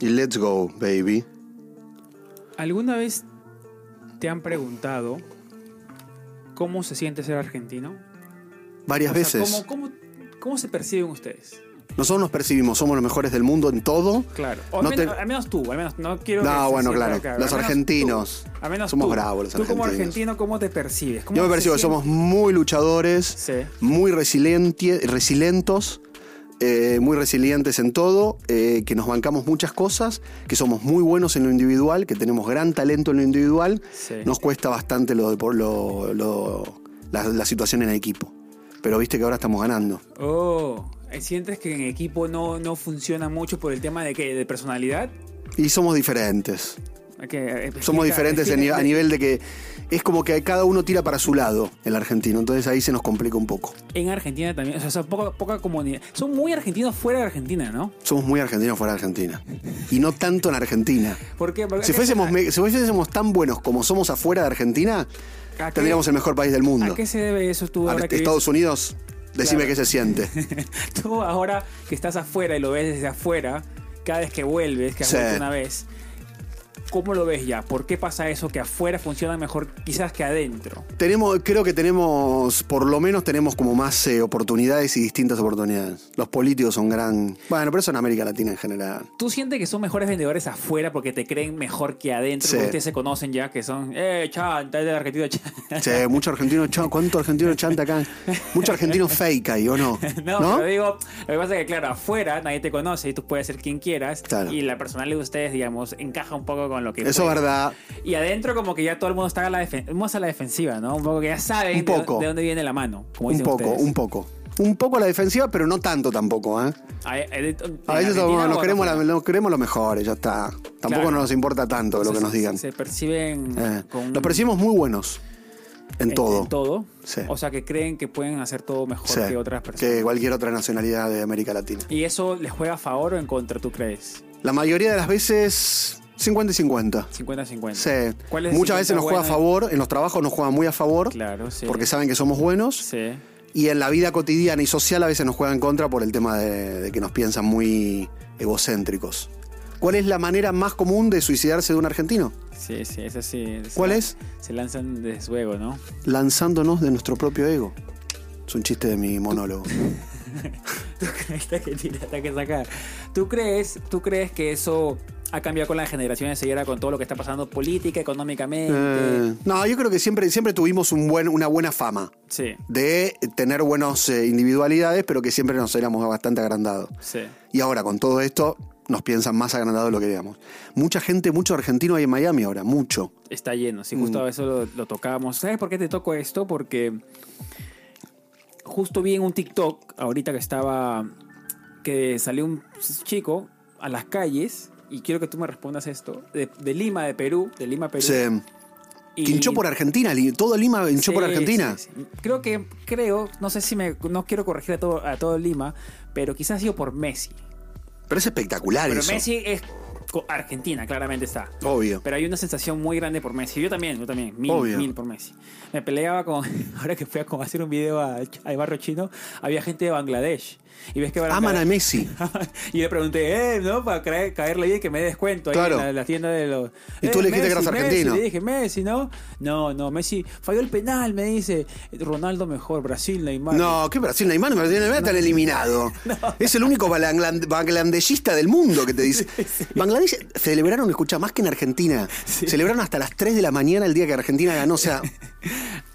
Y let's go, baby. ¿Alguna vez te han preguntado cómo se siente ser argentino? Varias O sea, veces. ¿cómo, cómo, cómo se perciben ustedes? Nosotros nos percibimos, somos los mejores del mundo en todo. Claro. O al, No menos, eh, te- al menos tú, al menos no quiero. que No, se bueno, sienta claro. acá, Los al menos argentinos. tú, al menos Somos tú. bravos los Tú como argentinos. argentino, ¿cómo te percibes? ¿Cómo Yo me se percibo que siente? somos muy luchadores, Sí. muy resilientie- resilientos, eh, muy resilientes en todo, eh, que nos bancamos muchas cosas, que somos muy buenos en lo individual, que tenemos gran talento en lo individual. Sí. Nos cuesta bastante lo, de por- lo- lo- la, la situación en equipo. Pero viste que ahora estamos ganando. Oh, ¿sientes que en equipo no, no funciona mucho por el tema de que de personalidad? Y somos diferentes. Que, eh, explica- Somos diferentes en ni- explica- a nivel de que es como que cada uno tira para su lado el argentino. Entonces ahí se nos complica un poco. En Argentina también, o sea, son poca, poca comunidad. Son muy argentinos fuera de Argentina, ¿no? Somos muy argentinos fuera de Argentina. Y no tanto en Argentina. ¿Por qué? Porque Si acá- fuésemos, a- me- si fuésemos tan buenos como somos afuera de Argentina, ¿A qué- tendríamos el mejor país del ¿A mundo. qué se debe eso tú ahora, Ar- que Estados Unidos, decime Claro. qué se siente. vives- tú ahora que estás afuera y lo ves desde afuera, cada vez que vuelves, que has Sí. vuelto una vez, ¿cómo lo ves ya? ¿Por qué pasa eso que afuera funciona mejor quizás que adentro? tenemos, creo que tenemos, por lo menos tenemos como más eh, oportunidades y distintas oportunidades. Los políticos son gran... Bueno, pero eso en América Latina en general. ¿Tú sientes que son mejores vendedores afuera porque te creen mejor que adentro? Sí. Porque ustedes se conocen ya, que son, eh, chanta, es de Argentina, chan. Sí, mucho argentino, chan- ¿cuánto argentino chanta acá? Mucho argentino fake ahí, ¿o no? No, pero digo, lo que pasa es que, claro, afuera nadie te conoce y tú puedes ser quien quieras. Claro. Y la personalidad de ustedes, digamos, encaja un poco con lo que. Eso es fue. verdad. Y adentro, como que ya todo el mundo está a la, defen- más a la defensiva, ¿no? Un poco que ya saben Un de- poco. De, dónde viene la mano. Como Un dicen poco, ustedes. un poco. Un poco a la defensiva, pero no tanto tampoco, ¿eh? A, A veces no nos queremos, la- nos queremos lo mejor, y ya está. Tampoco Claro. nos importa tanto lo que nos digan. Se perciben. Eh, con- Los percibimos muy buenos en, en- todo. en todo. Sí. O sea, que creen que pueden hacer todo mejor Sí, que otras que personas. cualquier otra nacionalidad de América Latina. ¿Y eso les juega a favor o en contra, tú crees? La mayoría de las veces 50 y 50. 50-50. Sí. ¿Cuál es el Muchas 50 veces nos juega bueno? a favor, en los trabajos nos juega muy a favor, Claro, sí. porque saben que somos buenos, Sí. y en la vida cotidiana y social a veces nos juega en contra por el tema de, de que nos piensan muy egocéntricos. ¿Cuál es la manera más común de suicidarse de un argentino? Sí, sí, es así. Se ¿Cuál la- es? Se lanzan desde su ego, ¿no? Lanzándonos de nuestro propio ego. Es un chiste de mi monólogo. Tú crees que tiene hasta que sacar. ¿Tú crees, ¿Tú crees que eso ha cambiado con las generaciones y ahora con todo lo que está pasando política, económicamente? Eh, no, yo creo que siempre, siempre tuvimos un buen, una buena fama Sí, de tener buenas eh, individualidades, pero que siempre nos éramos bastante agrandados. sí. Y ahora con todo esto nos piensan más agrandados de lo que digamos. Mucha gente, mucho argentino hay en Miami ahora, mucho. Está lleno. Sí, Mm. justo a eso lo, lo tocábamos. ¿Sabes por qué te toco esto? Porque justo vi en un TikTok, ahorita que estaba, que salió un chico a las calles, y quiero que tú me respondas esto, de, de Lima, de Perú, de Lima, Perú. Se y- hinchó por Argentina, li- todo Lima hinchó Sí, por Argentina. sí, sí. Creo que, creo, no sé si me, no quiero corregir a todo, a todo Lima, pero quizás ha sido por Messi. Pero es espectacular Pero eso. Messi es co- Argentina, claramente está. Obvio. Pero hay una sensación muy grande por Messi. Yo también, yo también. Mil, Obvio. mil por Messi. Me peleaba con. Ahora que fui a como hacer un video a- al barrio chino, había gente de Bangladesh. Y ves que Aman a Bangladesh- Messi. y le pregunté, eh, ¿no? Para caer- caerle bien que me dé descuento ahí Claro. en la, la tienda de los. Y tú "Eh, le dijiste que eras Messi, argentino". Messi. Le dije, Messi, ¿no? No, no, Messi falló el penal, me dice. Ronaldo mejor, Brasil, Neymar. No, que Brasil, Neymar, Brasil, Neymar tan eliminado. Es el único banglan- bangladeshista del mundo que te dice. Bangladesh celebraron, escucha, más que en Argentina. Celebraron hasta las 3 de la mañana el día que Argentina ganó. O sea,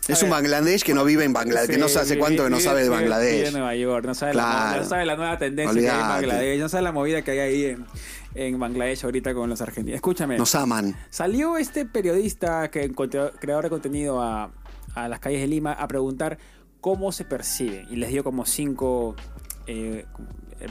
es un Bangladesh que no vive en Bangladesh, que no Sí, sabe hace vive- cuánto que no vive- sabe de vive- vive Bangladesh. en Nueva York, no sabe, la, Claro. no sabe la nueva tendencia que hay en Olvídate. Bangladesh, no sabe la movida que hay ahí en, en Bangladesh ahorita con los argentinos. Escúchame. Nos aman. Salió este periodista, que encontró- creador de contenido a, a las calles de Lima, a preguntar cómo se percibe. Y les dio como cinco, eh,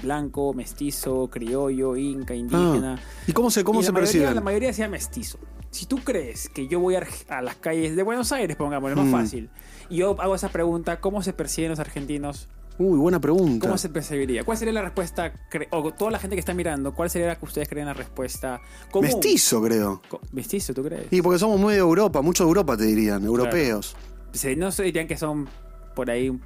blanco, mestizo, criollo, inca, indígena. Ah, ¿Y cómo se, cómo Y la se mayoría- perciben? La mayoría decía mestizo. Si tú crees que yo voy a, Arge- a las calles de Buenos Aires, pongamos, es más Mm. fácil, y yo hago esa pregunta, ¿cómo se perciben los argentinos? Uy, buena pregunta. ¿Cómo se percibiría? ¿Cuál sería la respuesta, cre- o toda la gente que está mirando, cuál sería la que ustedes creen la respuesta común? Mestizo, creo. Co- ¿Mestizo, tú crees? Y porque somos muy de Europa, mucho de Europa te dirían, europeos. Se- no se dirían que son por ahí un,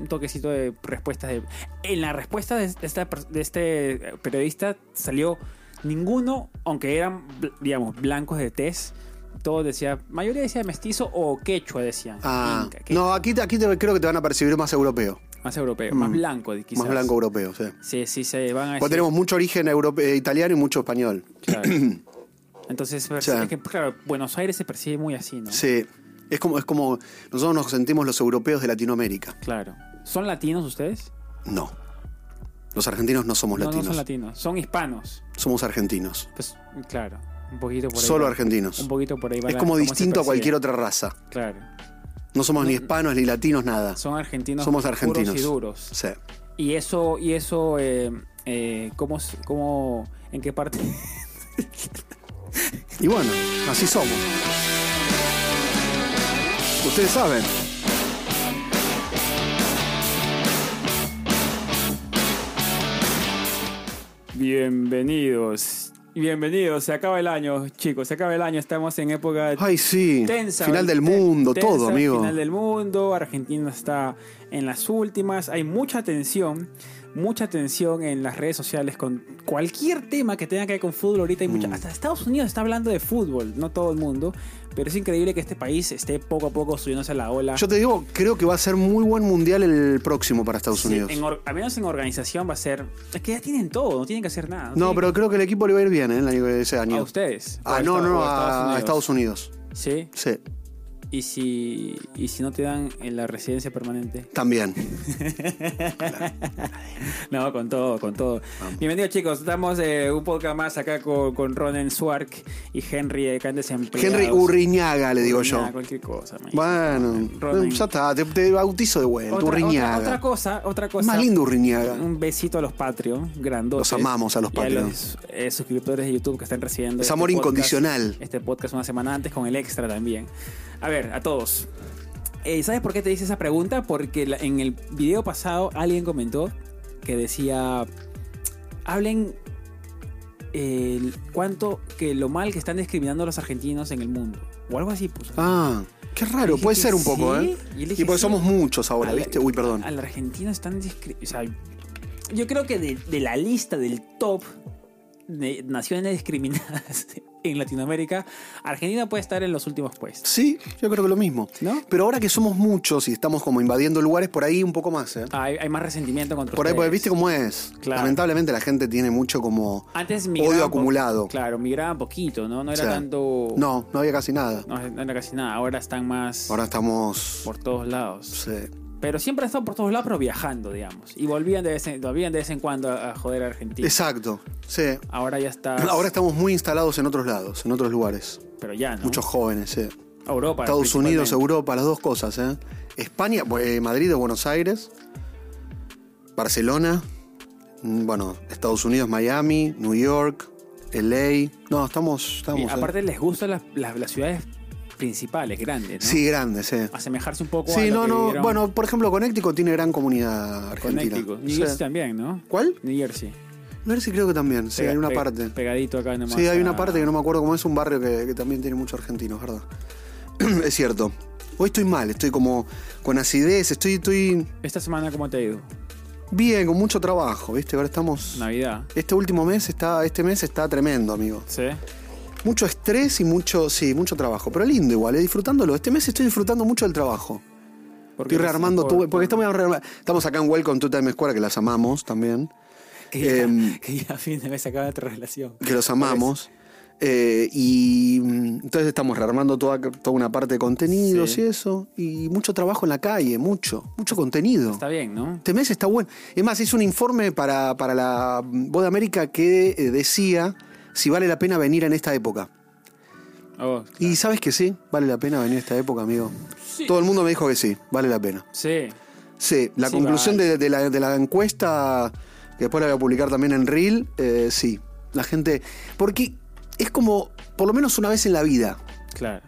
un toquecito de respuestas de en la respuesta de, esta per- de este periodista eh, salió Ninguno, aunque eran, bl- digamos, blancos de tez, todos decían, mayoría decía mestizo o quechua decían. Ah, Inca, que- no, aquí, aquí te- creo que te van a percibir más europeo. Más europeo, Mm. más blanco quizás. Más blanco europeo, sí. Sí, sí, se van a Porque decir- tenemos mucho origen europe- eh, italiano y mucho español. Claro. Entonces, perci- sea. es que, claro, Buenos Aires se percibe muy así, ¿no? Sí. Es como, es como nosotros nos sentimos los europeos de Latinoamérica. Claro. ¿Son latinos ustedes? No. Los argentinos no somos No, latinos. no son latinos. Son hispanos. somos argentinos. Pues, claro. Un poquito por ahí. Solo va. argentinos. Un poquito por ahí. va es la- como cómo se distinto a percibe. cualquier otra raza. Claro. No somos ni hispanos ni latinos, nada. Son argentinos. Somos puros argentinos. y duros. Sí. Y eso, y eso, eh, eh, ¿cómo, s- cómo, en qué parte? Y bueno, así somos. Ustedes saben. Bienvenidos. Bienvenidos. Se acaba el año, chicos. Se acaba el año. Estamos en época de Ay, sí. tensa. final del te- mundo, tensa, todo, amigo. Final del mundo, Argentina está en las últimas, hay mucha tensión, mucha tensión en las redes sociales con cualquier tema que tenga que ver con fútbol ahorita. Hay Mm. mucha, Hasta Estados Unidos está hablando de fútbol, no todo el mundo, pero es increíble que este país esté poco a poco subiéndose a la ola. Yo te digo, creo que va a ser muy buen mundial el próximo para Estados Sí, Unidos. en or- al menos en organización va a ser. Es que ya tienen todo, no tienen que hacer nada. No, tienen- pero creo que el equipo le va a ir bien ¿eh? el año- ese A año. ustedes. o Ah, a no, Estados- no, o a, Estados Unidos. Sí. Sí, ¿Y si, y si no te dan en la residencia permanente. también. No, con todo, con todo. Bienvenidos chicos, estamos eh, un podcast más acá con, con Ronen Swark y Henry eh, acá en desempleados. Henry Urriñaga, le digo Nada, yo. Cualquier cosa, man. Bueno, Ronen. ya está, te, te bautizo de vuelta, otra, Urriñaga. otra, otra cosa, otra cosa. Más lindo Urriñaga. Un besito a los Patreon, Los grandotes. amamos a los Y a Patreon. los eh, suscriptores de YouTube que están recibiendo. este Es amor podcast- incondicional. Este podcast una semana antes con el extra también. A ver, a todos. Eh, ¿Sabes por qué te hice esa pregunta? Porque la- en el video pasado alguien comentó que decía. Hablen el cuánto que lo mal que están discriminando a los argentinos en el mundo. O algo así, pues. Ah, qué raro, Dije puede que ser un poco, sí, ¿eh? y él dije Y porque sí. somos muchos ahora, Al- ¿viste? Uy, perdón. Al argentino están discri- o sea, yo creo que de, de la lista del top de naciones discriminadas en Latinoamérica, Argentina puede estar en los últimos puestos. Sí, yo creo que lo mismo. ¿No? Pero ahora que somos muchos y estamos como invadiendo lugares por ahí un poco más, ¿eh? Ah, hay, hay más resentimiento contra Por ahí, porque ustedes. viste cómo es. Claro. Lamentablemente la gente tiene mucho como Antes migraban odio po- acumulado. Claro, migraban poquito, ¿no? No era O sea, tanto. No, no había casi nada. No, no era casi nada. Ahora están más Ahora estamos. por todos lados. sí. Pero siempre han estado por todos lados, pero viajando, digamos. Y volvían de vez en, volvían de vez en cuando a, a joder a Argentina. Exacto. Sí. Ahora ya está. Ahora estamos muy instalados en otros lados, en otros lugares. Pero ya, Ah. ¿no? Muchos jóvenes, sí. Europa. Estados Unidos, principalmente. Europa, las dos cosas, ¿eh? España, bu- eh, Madrid o Buenos Aires, Barcelona, mm, bueno, Estados Unidos, Miami, New York, LA. No, estamos. Y estamos eh. aparte les gustan las, las- las ciudades principales, grandes, ¿no? Sí, grandes, eh. Asemejarse un poco a Sí, lo no, que no. vivieron Bueno, por ejemplo, Connecticut tiene gran comunidad con argentina. Connecticut. New Sí. Jersey también, ¿no? ¿Cuál? New Jersey. No sé si creo que también. Sí, Pega- hay una pe- parte. Pegadito acá nomás. Sí, hay a- una parte que no me acuerdo cómo es, un barrio que, que también tiene muchos argentinos, ¿verdad? es cierto. Hoy estoy mal, estoy como con acidez, estoy, estoy Esta semana, ¿cómo te ha ido? bien, con mucho trabajo, ¿viste? Ahora estamos... Navidad. Este último mes está, este mes está tremendo, amigo. ¿Sí? Mucho estrés y mucho, sí, mucho trabajo, pero lindo igual, eh, disfrutándolo. Este mes estoy disfrutando mucho del trabajo. Porque Estoy rearmando por- todo, porque estamos, rearma- estamos acá en Welcome to Time Square, que las amamos también, Que ya, em, que ya a fin de mes acaba tu relación. Pues, que los amamos. Eh, y mm, entonces estamos rearmando toda, toda una parte de contenidos Sí. y eso. Y mucho trabajo en la calle, mucho, mucho contenido. Está bien, ¿no? Este mes está bueno. Es más, hice un informe para, para la Voz de América que eh, decía si vale la pena venir en esta época. Oh, Y sabes que sí, vale la pena venir en esta época, amigo. Sí. Todo el mundo me dijo que sí, vale la pena. Sí. Sí, la Sí, conclusión vale. de, de la, de la encuesta, que después la voy a publicar también en Reel, eh, sí. La gente. Porque es como, por lo menos una vez en la vida, Claro.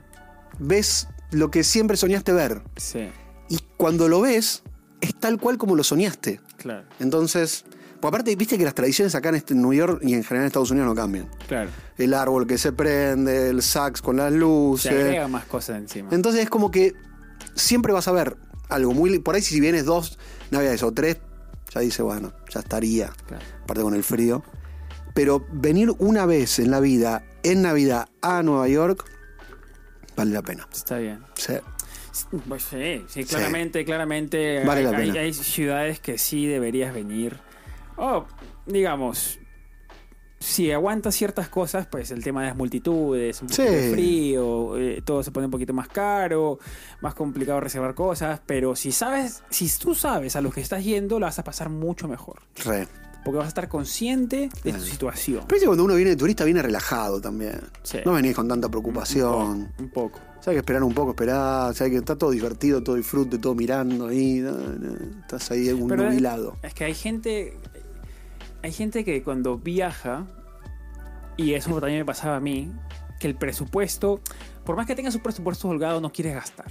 ves lo que siempre soñaste ver. Sí. Y cuando lo ves, es tal cual como lo soñaste. Claro. Entonces, pues aparte, viste que las tradiciones acá en este- en New York y en general en Estados Unidos no cambian. Claro. El árbol que se prende, el sax con las Se luces. agrega más cosas encima. Entonces es como que siempre vas a ver algo muy... Por ahí si vienes dos navidades o tres, ya dice, bueno, ya estaría. Claro. Aparte con el frío. Pero venir una vez en la vida, en Navidad, a Nueva York, vale la pena. Está bien. Sí. Pues sí, sí, claramente, claramente. Vale hay, la hay- pena. hay ciudades que sí deberías venir. O, digamos, si aguantas ciertas cosas, pues el tema de las multitudes, un poquito Sí. de frío, eh, todo se pone un poquito más caro, más complicado reservar cosas. Pero si sabes, si tú sabes a los que estás yendo, la vas a pasar mucho mejor. Re. Porque vas a estar consciente de tu situación. Pero es que cuando uno viene de turista, viene relajado también. Sí. No venís con tanta Un preocupación. poco, un poco. Sabes que esperar un poco, esperar, sabes que está todo divertido, todo disfrute, todo mirando ahí, no, no, estás ahí un Pero es- nubilado. Es que hay gente. Hay gente que cuando viaja, y eso también me pasaba a mí, que el presupuesto, por más que tengas un presupuesto holgado, no quieres gastar.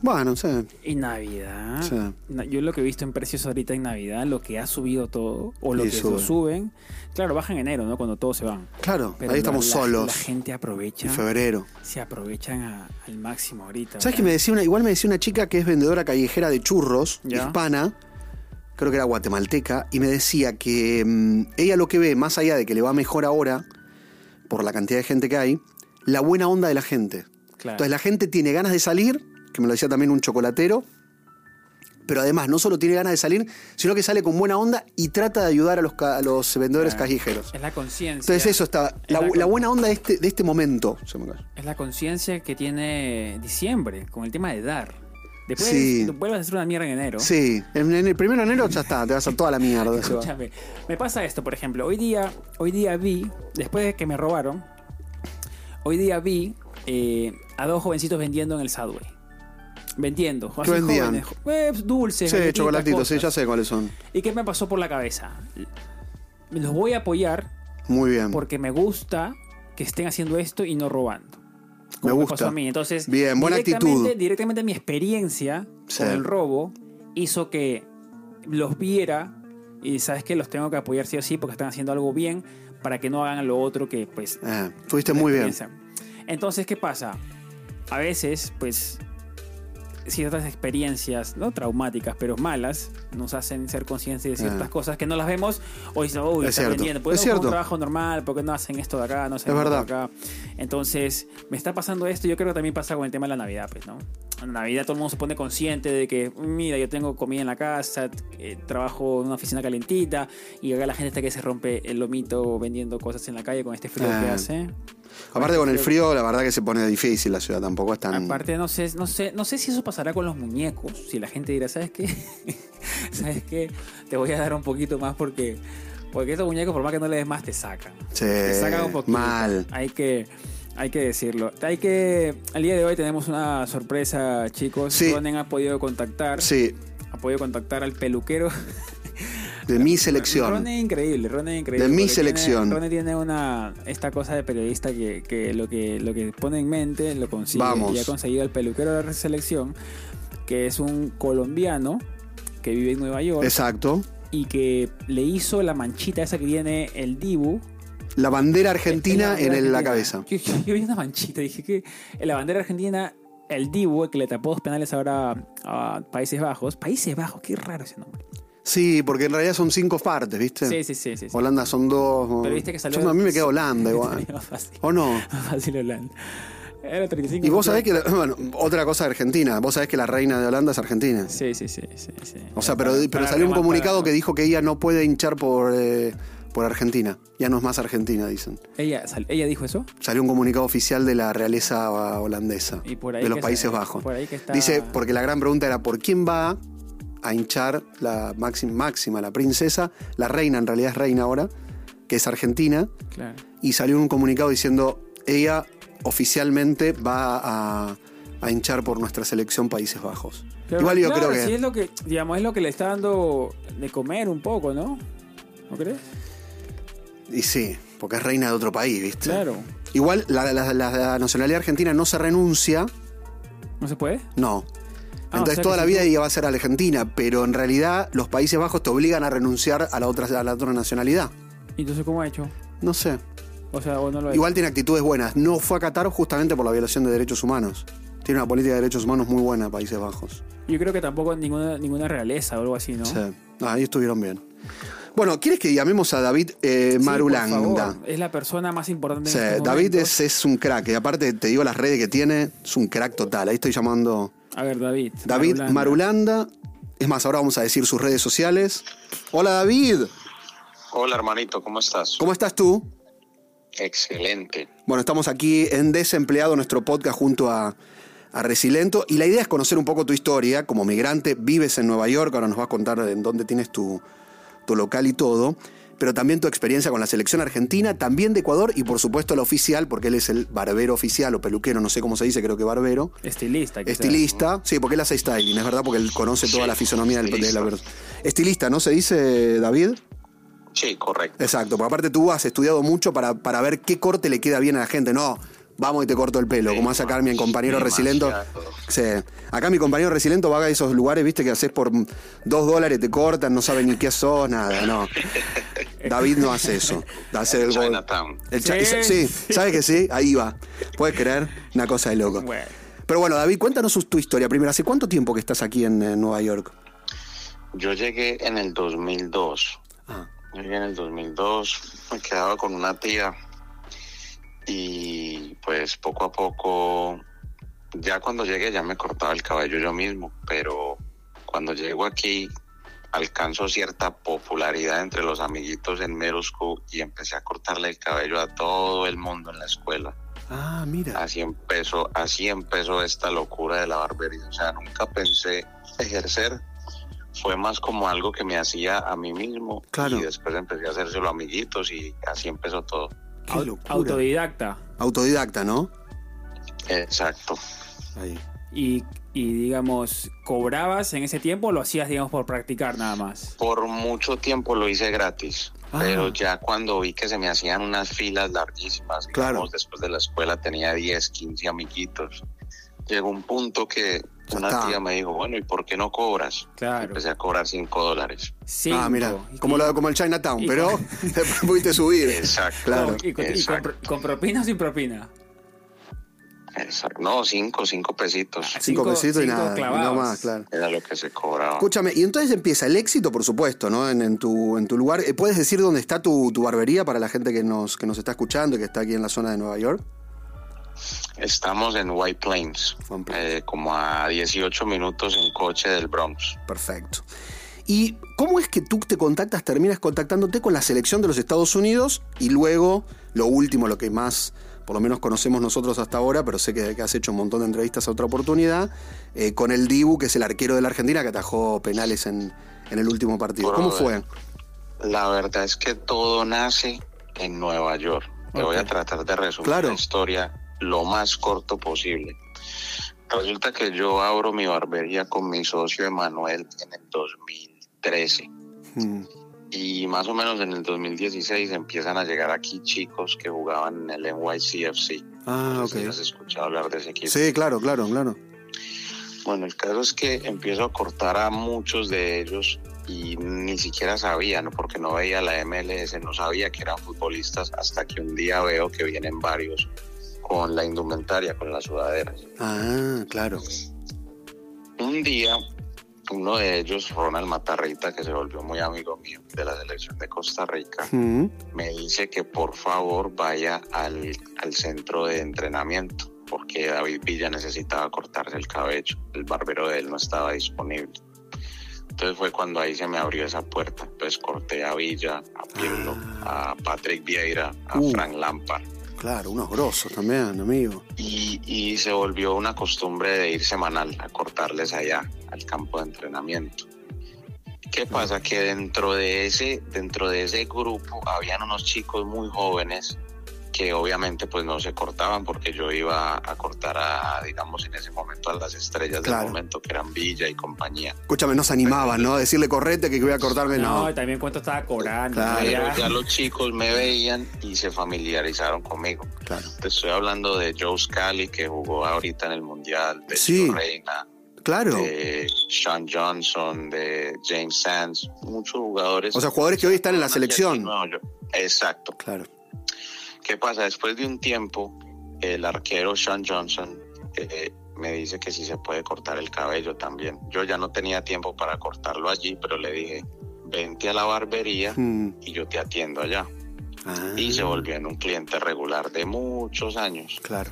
Bueno, sí, Y Navidad. Sí. na- Yo lo que he visto en precios ahorita en Navidad, lo que ha subido todo, o lo Y que lo sube. suben. Claro, baja en enero, ¿no? Cuando todos se van. claro, Pero ahí la- estamos la- solos La gente aprovecha. en febrero. Se aprovechan a- al máximo ahorita. ¿Sabes que ¿verdad? me decía una, igual me decía una chica que es vendedora callejera de churros, Ya. hispana, creo que era guatemalteca, y me decía que mm, ella lo que ve, más allá de que le va mejor ahora, por la cantidad de gente que hay, la buena onda de la gente. Claro. Entonces la gente tiene ganas de salir, que me lo decía también un chocolatero, pero además no solo tiene ganas de salir, sino que sale con buena onda y trata de ayudar a los, ca- a los vendedores Claro. callejeros. Es la conciencia. Entonces eso está, Es la, la- la buena onda de este, de este momento. Se me cayó. Es la conciencia que tiene diciembre con el tema de dar. Después Sí. vuelves a hacer una mierda en enero. Sí, en, en el primero de enero ya está, te vas a toda la mierda. se va. Escúchame, me pasa esto, por ejemplo. Hoy día, hoy día vi, después de que me robaron, hoy día vi eh, a dos jovencitos vendiendo en el Subway. Vendiendo, así vendían? jóvenes, jo- eh, dulces, Sí, galletitas, chocolatitos, sí, cosas. ya sé cuáles son. ¿Y qué me pasó por la cabeza? Los voy a apoyar Muy bien. porque me gusta que estén haciendo esto y no robando. Me Como gusta. pasó a mí. Entonces, Bien, buena directamente- actitud. Directamente mi experiencia Sí. con el robo hizo que los viera y sabes que los tengo que apoyar sí o sí porque están haciendo algo bien para que no hagan lo otro que pues Eh, fuiste muy bien. piensan. Entonces, ¿qué pasa? A veces, pues, ciertas experiencias, no traumáticas, pero malas, nos hacen ser conscientes de ciertas Ah. cosas que no las vemos. Hoy dicen, uy, Es están cierto, vendiendo. es ¿Por qué no buscan cierto. un trabajo normal? ¿Por qué no hacen esto de acá? No hacen Es esto de verdad. acá. Entonces, me está pasando esto. Yo creo que también pasa con el tema de la Navidad, pues, ¿no? En Navidad todo el mundo se pone consciente de que, mira, yo tengo comida en la casa, eh, trabajo en una oficina calentita, y acá la gente está que se rompe el lomito vendiendo cosas en la calle con este frío que Ah. hace. Aparte con el frío, la verdad que se pone difícil la ciudad, tampoco es tan... Aparte, no sé, no sé, no sé si eso pasará con los muñecos. Si la gente dirá, ¿sabes qué? ¿Sabes qué? Te voy a dar un poquito más porque. Porque estos muñecos, por más que no le des más, te sacan. Sí, te sacan un poquito. Eh, mal. Hay que. Hay que decirlo. Hay que. Al día de hoy tenemos una sorpresa, chicos. Sí. Ronen ha podido contactar. Sí, Ha podido contactar al peluquero. de mi selección. Ron es increíble, Ron es increíble. De mi porque selección. Tiene, Ron tiene una esta cosa de periodista que, que lo que lo que pone en mente lo consigue Vamos. y ha conseguido el peluquero de la selección, que es un colombiano que vive en Nueva York Exacto. y que le hizo la manchita esa que tiene el Dibu. La bandera argentina bandera en el- la argentina. cabeza. Yo, yo- yo vi una manchita, dije que en la bandera argentina el Dibu, el que le tapó dos penales ahora a Países Bajos. Países Bajos, qué raro ese nombre. Sí, porque en realidad son cinco partes, ¿viste? Sí, sí, sí, sí. sí. Holanda son dos. o- Pero viste que salió- Yo, a mí me queda Holanda igual. Más fácil. ¿O no? Más fácil Holanda. Era 35. Y vos sabés que, la- bueno, otra cosa de Argentina, vos sabés que la reina de Holanda es argentina. Sí, sí, sí, sí, sí. O sea, pero, Para- pero para salió un rematar, comunicado ¿no? que dijo que ella no puede hinchar por, eh, por Argentina. Ya no es más Argentina, dicen. Ella, sal- ella dijo eso. Salió un comunicado oficial de la realeza holandesa, Y por ahí de los que Países está- Bajos. por ahí que está- Dice, porque la gran pregunta era, ¿por quién va a hinchar la máxima, máxima, la princesa, la reina, en realidad es reina ahora, que es argentina? Claro. y salió un comunicado diciendo ella oficialmente va a, a hinchar por nuestra selección Países Bajos. Igual yo Claro, creo que Sí, es lo que, digamos, es lo que le está dando de comer un poco, ¿no? ¿No crees? y sí, porque es reina de otro país, ¿viste? Claro. Igual la, la- la- la nacionalidad argentina no se renuncia, ¿No se puede? no. Ah, Entonces o sea toda que la si vida tú- ella va a ser argentina, pero en realidad los Países Bajos te obligan a renunciar a la otra, a la otra nacionalidad. Entonces, ¿cómo ha hecho? No sé. O sea, o no lo ha Igual tiene actitudes buenas. No fue a Qatar justamente por la violación de derechos humanos. Tiene una política de derechos humanos muy buena, Países Bajos. hecho. Yo creo que tampoco ninguna, ninguna realeza o algo así, ¿no? Sí. Ah, ahí estuvieron bien. Bueno, ¿quieres que llamemos a David eh, Sí, Marulanda? por favor, es la persona más importante. Sí, en estos David momentos. es, es un crack, y aparte te digo las redes que tiene, es un crack total. Ahí estoy llamando A ver, David. David Marulanda. Es más, ahora vamos a decir sus redes sociales. Hola David, Hola hermanito, ¿cómo estás? ¿cómo estás tú? Excelente. Bueno, estamos aquí en Desempleado, nuestro podcast junto a, a Resilento. Y la idea es conocer un poco tu historia. Como migrante, vives en Nueva York, ahora nos vas a contar en dónde tienes tu, tu local y todo. Pero también tu experiencia con la selección argentina, también de Ecuador y por supuesto la oficial, porque él es el barbero oficial o peluquero, no sé cómo se dice, creo que barbero. Estilista. quizás. Estilista, sí, porque él hace styling, es verdad, porque él conoce toda Sí, la fisonomía del, de la estilista. persona. Estilista, ¿no se dice, David? Sí, correcto. Exacto, porque aparte tú has estudiado mucho para, para ver qué corte le queda bien a la gente. No, vamos y te corto el pelo, Sí, como hace acá mi compañero demasiado. Resilento. Sí. Acá mi compañero Resilento va a esos lugares, viste, que haces por dos dólares, te cortan, no saben ni qué sos, nada, no. David no hace eso. Hace el- Chinatown. el cha- Sí. sí, ¿sabes que sí? Ahí va. ¿Puedes creer? Una cosa de loco. Bueno. Pero bueno, David, cuéntanos tu historia. Primero, ¿hace cuánto tiempo que estás aquí en, eh, Nueva York? Yo llegué en el 2002. Ah. Llegué en el 2002, me quedaba con una tía y pues poco a poco, ya cuando llegué ya me cortaba el cabello yo mismo, pero cuando llego aquí alcanzo cierta popularidad entre los amiguitos en middle school y empecé a cortarle el cabello a todo el mundo en la escuela. Ah, mira. Así empezó, así empezó esta locura de la barbería. O sea, nunca pensé ejercer. Fue más como algo que me hacía a mí mismo. Claro. Y después empecé a hacérselo a amiguitos y así empezó todo. Qué Au- locura. Autodidacta. Autodidacta, ¿no? Exacto. Ahí. Y, y, digamos, ¿cobrabas en ese tiempo o lo hacías, digamos, por practicar nada más? Por mucho tiempo lo hice gratis. Ah. Pero ya cuando vi que se me hacían unas filas larguísimas, Claro. digamos, después de la escuela tenía 10, 15 amiguitos. Llegó un punto que Ya una está. tía me dijo, bueno, ¿y por qué no cobras? Claro. Empecé a cobrar 5 dólares. Cinco. Ah, mira, Y- como, y- lo- como el Chinatown, y- pero te pudiste subir. Exacto. Claro. Con- y con, y con Exacto. pro- con propina o sin propina. Exacto. No, cinco, cinco pesitos. Cinco, Cinco- pesitos y cinco nada, y clavados. nada más, claro. Era lo que se cobraba. Escúchame, y entonces empieza el éxito, por supuesto, ¿no? En, en tu, en tu lugar. Eh, ¿Puedes decir dónde está tu, tu barbería para la gente que nos, que nos está escuchando y que está aquí en la zona de Nueva York? Estamos en White Plains, Juan Plains. eh, como a 18 minutos en coche del Bronx. Perfecto. ¿Y cómo es que tú te contactas, terminas contactándote con la selección de los Estados Unidos y luego, lo último, lo que más, por lo menos conocemos nosotros hasta ahora, pero sé que, que has hecho un montón de entrevistas a otra oportunidad, eh, con el Dibu, que es el arquero de la Argentina que atajó penales en, en el último partido? ¿Cómo fue? Brother. La verdad es que todo nace en Nueva York. Te voy a Ok. tratar de resumir Claro. la historia lo más corto posible. Resulta que yo abro mi barbería con mi socio Emanuel en el 2013. Mm, Y más o menos en el 2016 empiezan a llegar aquí chicos que jugaban en el NYCFC. Ah, No sé si ok. has escuchado hablar de ese equipo. Sí, claro, claro, claro. Bueno, el caso es que empiezo a cortar a muchos de ellos y ni siquiera sabía, ¿no? porque no veía la MLS, no sabía que eran futbolistas hasta que un día veo que vienen varios con la indumentaria, con las sudaderas. Ah, claro. Un día, uno de ellos, Ronald Matarrita, que se volvió muy amigo mío de la selección de Costa Rica, Mm, me dice que por favor vaya al, al centro de entrenamiento porque David Villa necesitaba cortarse el cabello, el barbero de él no estaba disponible. Entonces fue cuando ahí se me abrió esa puerta, entonces corté a Villa, a Pirlo, a Patrick Vieira, a Uh. Frank Lampard claro, unos grosos también, amigo. y, y se volvió una costumbre de ir semanal a cortarles allá al campo de entrenamiento. ¿Qué pasa? Que dentro de ese, dentro de ese grupo habían unos chicos muy jóvenes que obviamente pues no se cortaban porque yo iba a cortar a, digamos, en ese momento a las estrellas Claro. del momento, que eran Villa y compañía. Escúchame, nos animaban, ¿no? Decirle correte que voy a cortarme, No, no. y también cuánto estaba cobrando. Claro. Pero Ya. ya los chicos me veían y se familiarizaron conmigo. Claro. Te estoy hablando de Joe Scali que jugó ahorita en el Mundial, de Sí. Gio Reina, Claro. de Sean Johnson, de James Sands, muchos jugadores. O sea, jugadores que hoy están en la selección. No, yo- exacto. Claro. ¿Qué pasa? Después de un tiempo, el arquero Sean Johnson eh, me dice que si se puede cortar el cabello también. Yo ya no tenía tiempo para cortarlo allí, pero le dije, vente a la barbería Mm. y yo te atiendo allá. Ah, Y se volvió en un cliente regular de muchos años. Claro.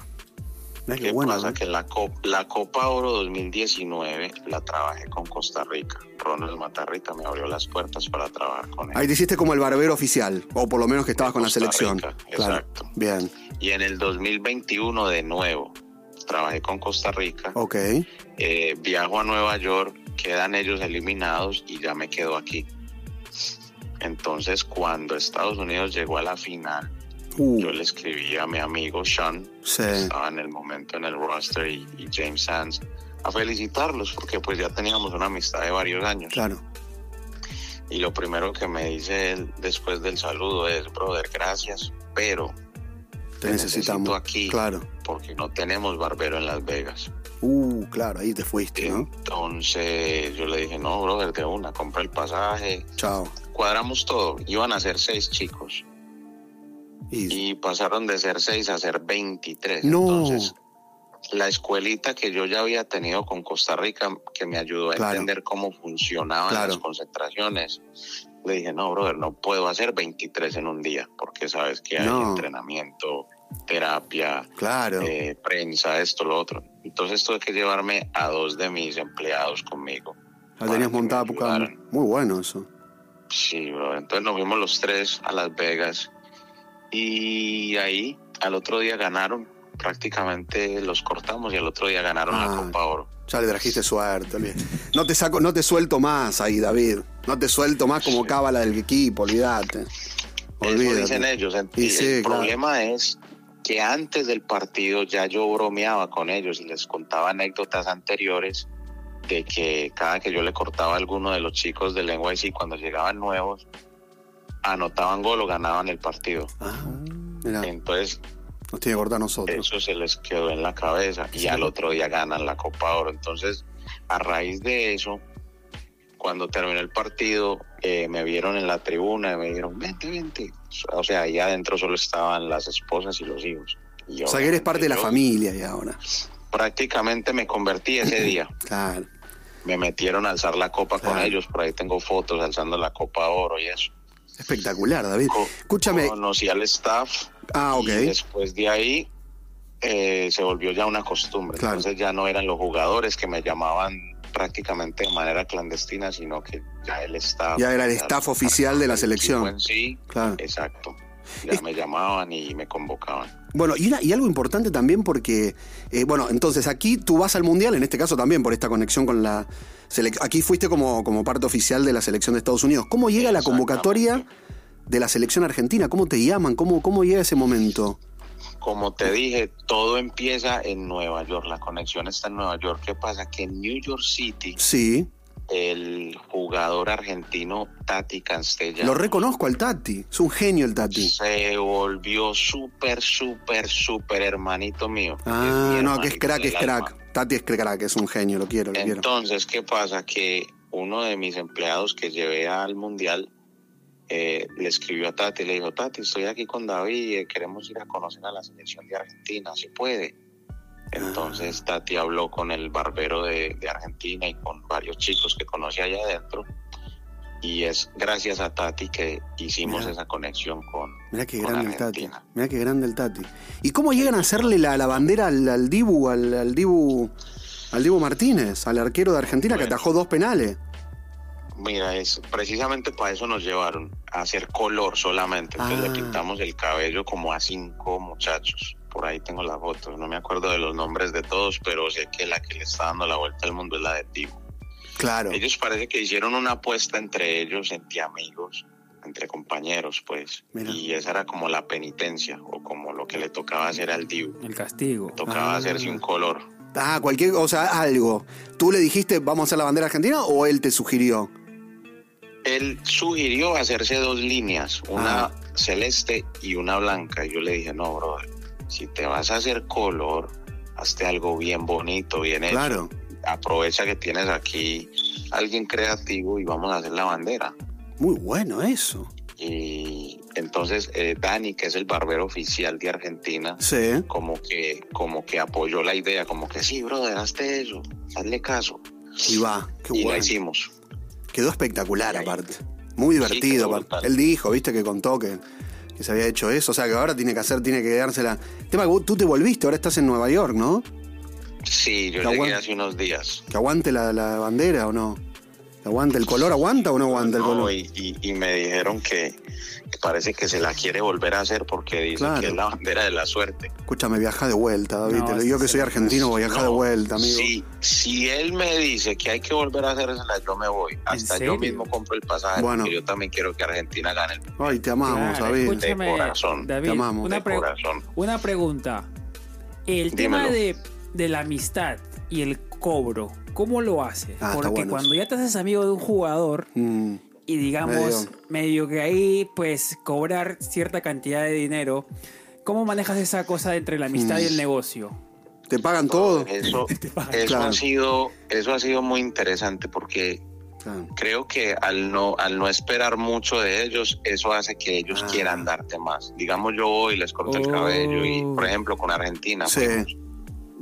Mirá qué ¿Qué bueno, pasa? ¿eh? Que la, Cop- la Copa Oro 2019 la trabajé con Costa Rica. Ronald Matarrita me abrió las puertas para trabajar con él. Ahí te hiciste como el barbero oficial, o por lo menos que estabas De con la Costa selección. Rica, claro. exacto. Bien, Y en el 2021 de nuevo trabajé con Costa Rica. ok. Eh, viajo a Nueva York, quedan ellos eliminados y ya me quedo aquí. Entonces cuando Estados Unidos llegó a la final, Uh, yo le escribí a mi amigo Sean, sí. estaba en el momento en el roster y, y James Sands a felicitarlos porque pues ya teníamos una amistad de varios años Claro. y lo primero que me dice él después del saludo es brother gracias pero Te necesitamos. necesito aquí. Claro. porque no tenemos barbero en Las Vegas Uh, claro, ahí te fuiste, ¿no? entonces yo le dije no brother de una compra el pasaje Chao. cuadramos todo iban a ser seis chicos Y, y pasaron de ser seis a ser 23 No. entonces la escuelita que yo ya había tenido con Costa Rica, que me ayudó a Claro. entender cómo funcionaban Claro. las concentraciones, le dije, no, brother, no puedo hacer 23 en un día, porque sabes que hay No. entrenamiento, terapia, claro. eh, prensa, esto, lo otro. Entonces tuve que llevarme a dos de mis empleados conmigo. La tenías que me montada por cada- ayudaran. Muy bueno eso. Sí, bro. Entonces nos fuimos los tres a Las Vegas y ahí al otro día ganaron. Prácticamente los cortamos y al otro día ganaron Ah. la Copa Oro. Ya le trajiste suerte, olvidé. No te saco, no te suelto más ahí, David. No te suelto más como cábala del equipo, olvídate. Eso dicen Olvídate. ellos. Y el sí, claro. problema es que antes del partido ya yo bromeaba con ellos y les contaba anécdotas anteriores de que cada que yo le cortaba a alguno de los chicos del NYC cuando llegaban nuevos, anotaban gol o ganaban el partido. Ah, mirá, Entonces nos tiene que cortar a nosotros. eso se les quedó en la cabeza y al otro día ganan la Copa Oro. Entonces, a raíz de eso, cuando terminó el partido, eh, me vieron en la tribuna y me dijeron, vente, vente. O sea, ahí adentro solo estaban las esposas y los hijos. Y O sea que eres parte de la Eh, yo familia y ahora. Prácticamente me convertí ese día. Claro. Me metieron a alzar la copa con Claro. ellos, por ahí tengo fotos alzando la copa oro y eso. Espectacular, David. Co- Escúchame. Conocí al staff, Ah, ok. Y después de ahí eh, se volvió ya una costumbre. Claro. Entonces ya no eran los jugadores que me llamaban prácticamente de manera clandestina, sino que ya el staff. Ya era el staff oficial de la el selección. equipo en sí, Claro. exacto. Ya me llamaban y me convocaban. Bueno, y, una- y algo importante también porque, eh, bueno, entonces aquí tú vas al Mundial, en este caso también por esta conexión con la selección. Aquí fuiste como, como parte oficial de la selección de Estados Unidos. ¿Cómo llega la convocatoria de la selección argentina? ¿Cómo te llaman? ¿Cómo, cómo llega ese momento? Como te dije, todo empieza en Nueva York. La conexión está en Nueva York. ¿Qué pasa? Que en New York City, Sí, el jugador argentino Tati Castellano lo reconozco al Tati. Es un genio el Tati. se volvió súper, súper, súper hermanito mío. Es Ah, mi no, que es hermanito crack, del es alma. crack. Tati es crack, es un genio, lo quiero, lo quiero. Entonces, ¿qué pasa? Que uno de mis empleados que llevé al mundial eh, le escribió a Tati, le dijo, Tati, estoy aquí con David, eh, queremos ir a conocer a la selección de Argentina, si puede. Ah. Entonces Tati habló con el barbero de, de Argentina y con varios chicos que conoce allá adentro. Y es gracias a Tati que hicimos Mira. esa conexión con, Mirá qué con grande el Tati. Argentina. Mirá qué grande el Tati. ¿Y cómo llegan a hacerle la, la bandera al, al Dibu, al, al Dibu, al Dibu Martínez, al arquero de Argentina que Bueno. atajó dos penales? Mira, es precisamente para eso nos llevaron, a hacer color solamente. Entonces Ah. le pintamos el cabello como a cinco muchachos. Por ahí tengo las fotos. No me acuerdo de los nombres de todos, pero sé que la que le está dando la vuelta al mundo es la de Tivo. Claro. Ellos parece que hicieron una apuesta entre ellos, entre amigos, entre compañeros, pues. Mira. Y esa era como la penitencia, o como lo que le tocaba hacer al Divo. El castigo. Tocaba Ah. hacerse un color. Ah, cualquier, o sea, algo. ¿Tú le dijiste vamos a hacer la bandera argentina o él te sugirió? Él sugirió hacerse dos líneas, una Ah. celeste y una blanca. Y yo le dije, no, brother, si te vas a hacer color, hazte algo bien bonito, bien hecho. Claro. Aprovecha que tienes aquí alguien creativo y vamos a hacer la bandera. Muy bueno eso. Y entonces eh, Dani, que es el barbero oficial de Argentina, Sí. como que, como que apoyó la idea, como que sí, brother, hazte eso, hazle caso. Y va. Qué y la bueno. hicimos. Quedó espectacular Y ahí- aparte. Muy Sí, divertido. qué pa- brutal. Él dijo, viste, que contó que, que se había hecho eso. O sea, que ahora tiene que hacer, tiene que dársela. Tema que vos- tú te volviste, ahora estás en Nueva York, ¿no? Sí, yo Está llegué bueno. hace unos días. Que aguante la, la bandera o no. ¿Que ¿Aguante el color? ¿Aguanta o no aguanta el No, eh. color? y, y- y me dijeron que, que parece que se la quiere volver a hacer porque dice Claro. que es la bandera de la suerte. Escúchame, viaja de vuelta, David. No, te lo es digo que soy excelente. argentino, voy a viajar No, de vuelta, amigo. Si, si él me dice que hay que volver a hacérsela, yo me voy. Hasta serio? yo mismo compro el pasaje Bueno. porque yo también quiero que Argentina gane el Ay, te amamos, Claro, David. escucha. escúchame, De corazón. David, Te amamos. Una, de pre- corazón. una pregunta. El tema Dímelo. de, de la amistad y el cobro, ¿cómo lo haces? Ah, está Porque bueno cuando eso. ya te haces amigo de un jugador Mm, y digamos medio. que ahí pues cobrar cierta cantidad de dinero, ¿cómo manejas esa cosa entre la amistad Mm. y el negocio? te pagan todo. Eso, pagan. eso Claro. ha sido, eso ha sido muy interesante porque Claro. creo que al no, al no esperar mucho de ellos, eso hace que ellos Ah. quieran darte más. Digamos, yo voy y les corto el Oh. cabello y, por ejemplo, con Argentina, pues, Sí. Mm, fuimos.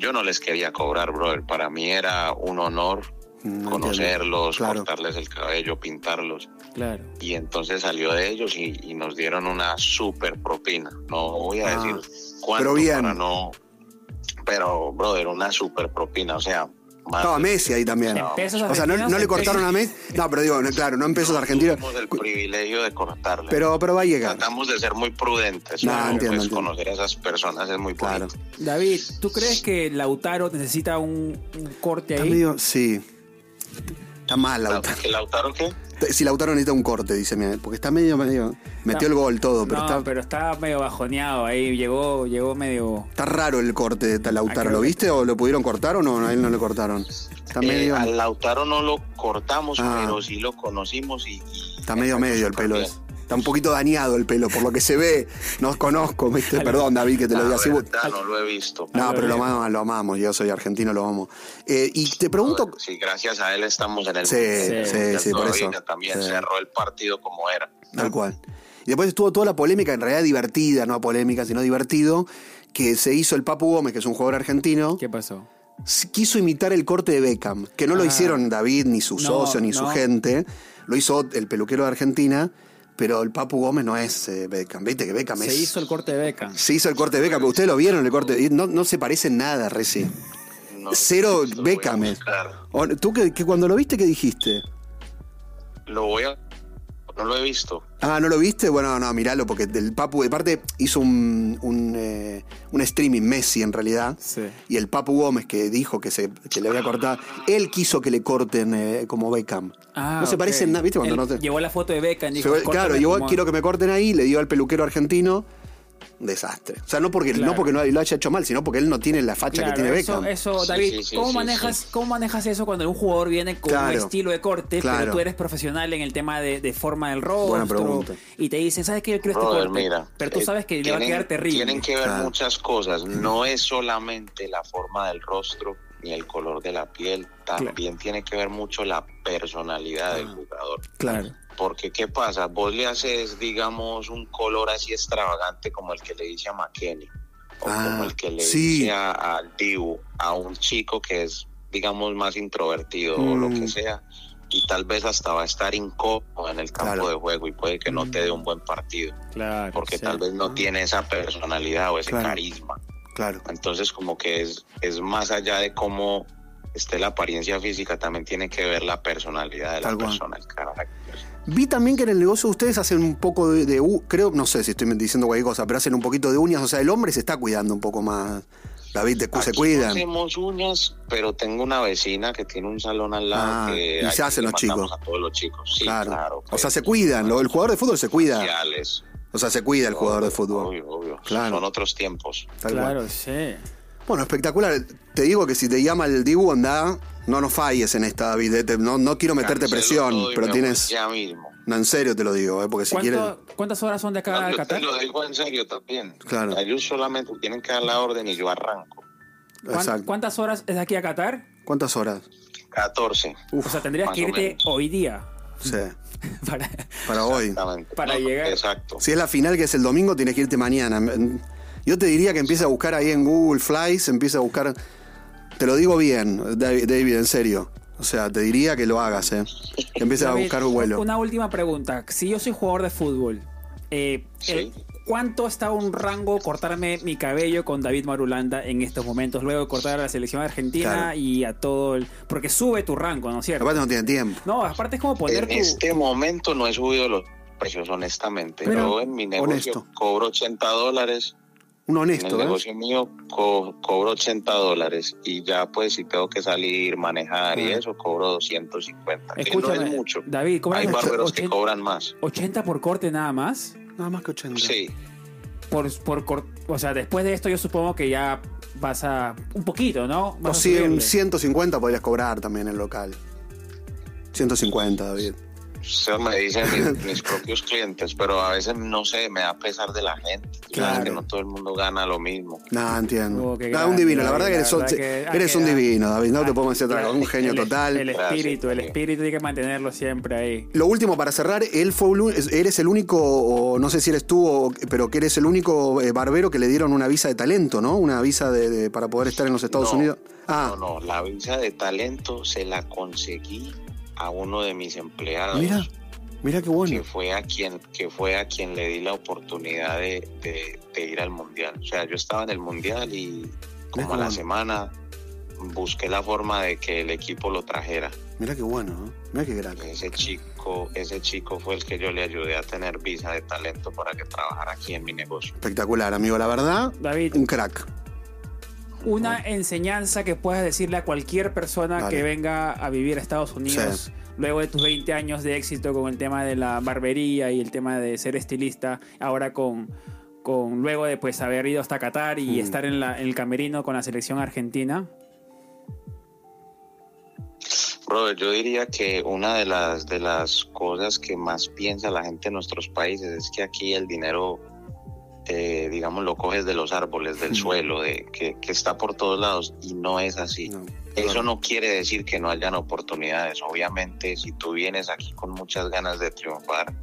yo no les quería cobrar, brother. Para mí era un honor No conocerlos, entiendo. Claro. cortarles el cabello, pintarlos. Claro. Y entonces salió de ellos y, y nos dieron una super propina. No voy a Ah, decir cuánto pero bien. para no... Pero, brother, una super propina, o sea... Más Estaba de- Messi ahí también. En pesos O sea, no, argentinos, no le en cortaron pesos. a Messi. No, pero digo, no, claro, no en pesos argentinos. Tuvimos el privilegio de cortarle. Pero, pero va a llegar. Tratamos de ser muy prudentes. No, pero, entiendo, pues, entiendo. Conocer a esas personas es muy Claro. bonito. David, ¿tú crees que Lautaro necesita un, un corte Está ahí? medio- sí. Está mal Lautaro. ¿Que Lautaro qué? Si Lautaro necesita un corte, dice mira, porque está medio, medio. Metió el gol todo, pero, no, está, pero está medio bajoneado ahí, llegó, llegó medio... está raro el corte de tal Lautaro. creo ¿Lo que- viste o lo pudieron cortar o no? A él no lo cortaron. Está Eh, medio. al Lautaro no lo cortamos, Ah. pero sí lo conocimos y... y- Está medio medio el pelo También. ese. Está un poquito dañado el pelo, por lo que se ve. No os conozco, ¿viste? Perdón, David, que te lo La diga así. vos- verdad, no Ah, lo he visto. No, pero lo bien. amamos, lo amamos. Yo soy argentino, lo amo. Eh, y te pregunto, Sí, gracias a él estamos en el Sí, Mundial. sí, El sí, por eso. Slovenia también Sí. cerró el partido como era. Tal cual. Y después estuvo toda la polémica, en realidad divertida, no polémica, sino divertido, que se hizo el Papu Gómez, que es un jugador argentino, ¿Qué pasó? s- quiso imitar el corte de Beckham, que no lo Ah. hicieron David, ni su No, socio, ni su no. gente, lo hizo el peluquero de Argentina, pero el Papu Gómez no es eh, Beckham, viste que Beckham Se es... hizo el corte de Beckham. Se hizo el corte de Beckham, pero ustedes lo vieron el corte, y no, no se parece en nada, Reci. No, Cero lo voy a Beckham. es. buscar. O- ¿Tú que, que cuando lo viste, qué dijiste? Lo voy a... No lo he visto. Ah, ¿no lo viste? Bueno, no, miralo, porque el Papu, de parte, hizo un, un, eh, un streaming Messi en realidad. Sí. Y el Papu Gómez, que dijo que, se, que le había cortado, él quiso que le corten eh, como Beckham. Ah, no se ok. parece en nada, ¿viste? Cuando Él no te- Llevó la foto de Beckham. Dijo, Se- claro, "Córtame yo como- quiero que me corten ahí, le dio al peluquero argentino. Desastre. O sea, no porque, Claro. no porque no lo haya hecho mal, sino porque él no tiene la facha Claro, que tiene eso, Beckham. eso, Sí, David, sí, sí, ¿cómo, sí, manejas, ¿cómo manejas eso cuando un jugador viene con un Claro. estilo de corte, Claro. pero tú eres profesional en el tema de, de forma del rostro? Buena pregunta. Y te dicen, ¿sabes qué? Yo quiero este Brother, corte. mira, pero tú eh, sabes que le va a tienen- quedar terrible. Tienen que ver Claro. muchas cosas. Mm. No es solamente la forma del rostro ni el color de la piel. También tiene que ver mucho la personalidad Ah. del jugador. Claro. Porque, ¿qué pasa? Vos le haces, digamos, un color así extravagante como el que le dice a McKenny. O Ah, como el que le sí. dice a, a Dibu, a un chico que es, digamos, más introvertido o lo Mm. que sea. Y tal vez hasta va a estar incómodo en el campo Claro. de juego y puede que no te dé un buen partido Claro. porque sí. tal vez no tiene esa personalidad o ese Claro. carisma. Claro. Entonces como que es, es más allá de cómo esté la apariencia física, también tiene que ver la personalidad de la Tal cual. persona, el carácter. Vi también que en el negocio de ustedes hacen un poco de, de u- creo, no sé si estoy diciendo cualquier cosa, pero hacen un poquito de uñas, o sea, el hombre se está cuidando un poco más. David, te- Pues se Aquí cuidan. Hacemos uñas, pero tengo una vecina que tiene un salón al lado Ah, que y ahí se hacen le los mandamos chicos. A todos los chicos, sí, claro. claro. O sea, pues, se cuidan. lo- El jugador de fútbol se cuida. sociales. O sea, se cuida el jugador de Obvio, fútbol. Obvio, obvio. Claro. Son otros tiempos. Tal cual. Claro, sí. Bueno, espectacular. Te digo que si te llama el Dibu, andá, no nos falles en esta, David. eh, te- no, no quiero meterte Cancelo todo presión, y pero me tienes. voy Ya mismo. No, en serio te lo digo, eh, porque si quieres. ¿Cuánto- ¿Cuántas horas son de acá No, a yo te Ah, Qatar? Ah, lo digo en serio también. Claro. Ellos solamente tienen que dar la orden y yo arranco. ¿Cuán- Exacto. ¿Cuántas horas es de aquí a Qatar? ¿Cuántas horas? 14. o sea, tendrías más que o irte menos. hoy día Sí, para... para hoy. Exactamente. Para llegar. Exacto. Si es la final que es el domingo, tienes que irte mañana. Yo te diría que empieces a buscar ahí en Google Flights, empieza a buscar. Te lo digo bien, David, David, en serio. O sea, te diría que lo hagas, ¿eh? Que empieces a David, buscar vuelo. Una última pregunta. Si yo soy jugador de fútbol, eh, Sí. eh, ¿cuánto está un rango cortarme mi cabello con David Marulanda en estos momentos? Luego de cortar a la selección argentina Claro. y a todo el. Porque sube tu rango, ¿no es cierto? Aparte no tiene tiempo. No, aparte es como poner En tu. este momento no he subido los precios, honestamente. Pero, Yo en mi negocio honesto. cobro 80 dólares. Un En el honesto, ¿eh? negocio mío co- cobro 80 dólares y ya pues si tengo que salir, manejar y Ah. eso, cobro 250. que Escúchame, no es mucho. David, ¿cómo Hay era? barberos que 80 cobran más. 80 por corte nada más. Nada más que 80. Sí, Por, por cor- O sea, después de esto yo supongo que ya vas a. Un poquito, ¿no? O Vas a si un subirle. 150 podrías cobrar también en el local. 150, David. eso me dicen mis, mis propios clientes, pero a veces no sé, me da pesar de la gente. Tú sabes que Claro. no todo el mundo gana lo mismo. Nada, entiendo. Oh, qué Nada, un grande, divino, la David, verdad que la eres, verdad un- que ha eres un quedado- divino, David. No Ah, te puedo decir otra claro, cosa. Un genio el- total. El Gracias, espíritu, el David. espíritu hay que mantenerlo siempre ahí. Lo último para cerrar, él fue un- eres el único, o no sé si eres tú, o- pero que eres el único eh, barbero que le dieron una visa de talento, ¿no? Una visa de, de- para poder estar en los Estados No, Unidos. Ah, No, no, la visa de talento se la conseguí a uno de mis empleados. mira, mira qué bueno. que fue a quien que fue a quien le di la oportunidad de, de- de ir al mundial o sea yo estaba en el mundial y como a la bueno. semana busqué la forma de que el equipo lo trajera Mira qué bueno, ¿eh? mira qué grande. ese chico ese chico fue el que yo le ayudé a tener visa de talento para que trabajara aquí en mi negocio Espectacular, amigo, la verdad, David, un crack. una enseñanza que puedas decirle a cualquier persona Dale. que venga a vivir a Estados Unidos luego de tus 20 años de éxito con el tema de la barbería y el tema de ser estilista, ahora con, con luego de pues haber ido hasta Qatar y Mm. estar en, la- en el camerino con la selección argentina. Brother, yo diría que una de las de las cosas que más piensa la gente en nuestros países es que aquí el dinero, eh, digamos, lo coges de los árboles, del suelo, de que, que está por todos lados y no es así. No, Eso no quiere decir que no hayan oportunidades. Obviamente, si tú vienes aquí con muchas ganas de triunfar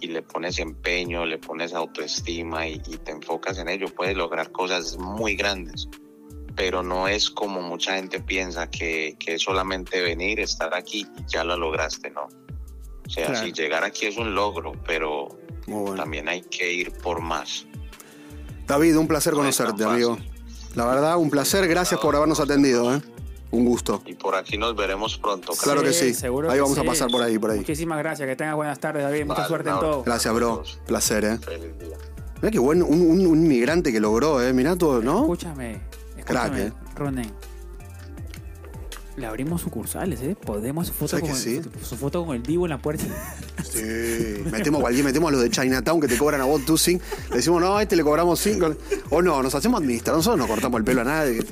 y le pones empeño, le pones autoestima y, y te enfocas en ello, puedes lograr cosas muy grandes. Pero no es como mucha gente piensa que, que es solamente venir, estar aquí y ya lo lograste, ¿no? O sea, Claro. sí, llegar aquí es un logro, pero muy bueno. también hay que ir por más. David, un placer No es tan conocerte, fácil. amigo. La verdad, un placer, gracias por habernos atendido, ¿eh? Un gusto. Y por aquí nos veremos pronto. creo. Claro que sí. seguro Ahí que vamos a sí. pasar por ahí, por ahí. Muchísimas gracias, que tengas buenas tardes, David, mucha Vale, suerte un en abrazo. todo. Gracias, bro. Placer, ¿eh? Feliz día. Mira qué bueno, un, un- un inmigrante que logró, ¿eh? Mirá todo, ¿no? Escúchame, Crack, escúchame, eh. Ronen. Le abrimos sucursales, ¿eh? Podemos foto ¿Sabes con, que sí? su foto con el Divo en la puerta. Sí. Metemos a cualquier, metemos a los de Chinatown que te cobran a vos tú cinco. Le decimos, no, a este le cobramos cinco. O no, nos hacemos administrar. Nosotros no cortamos el pelo a nadie.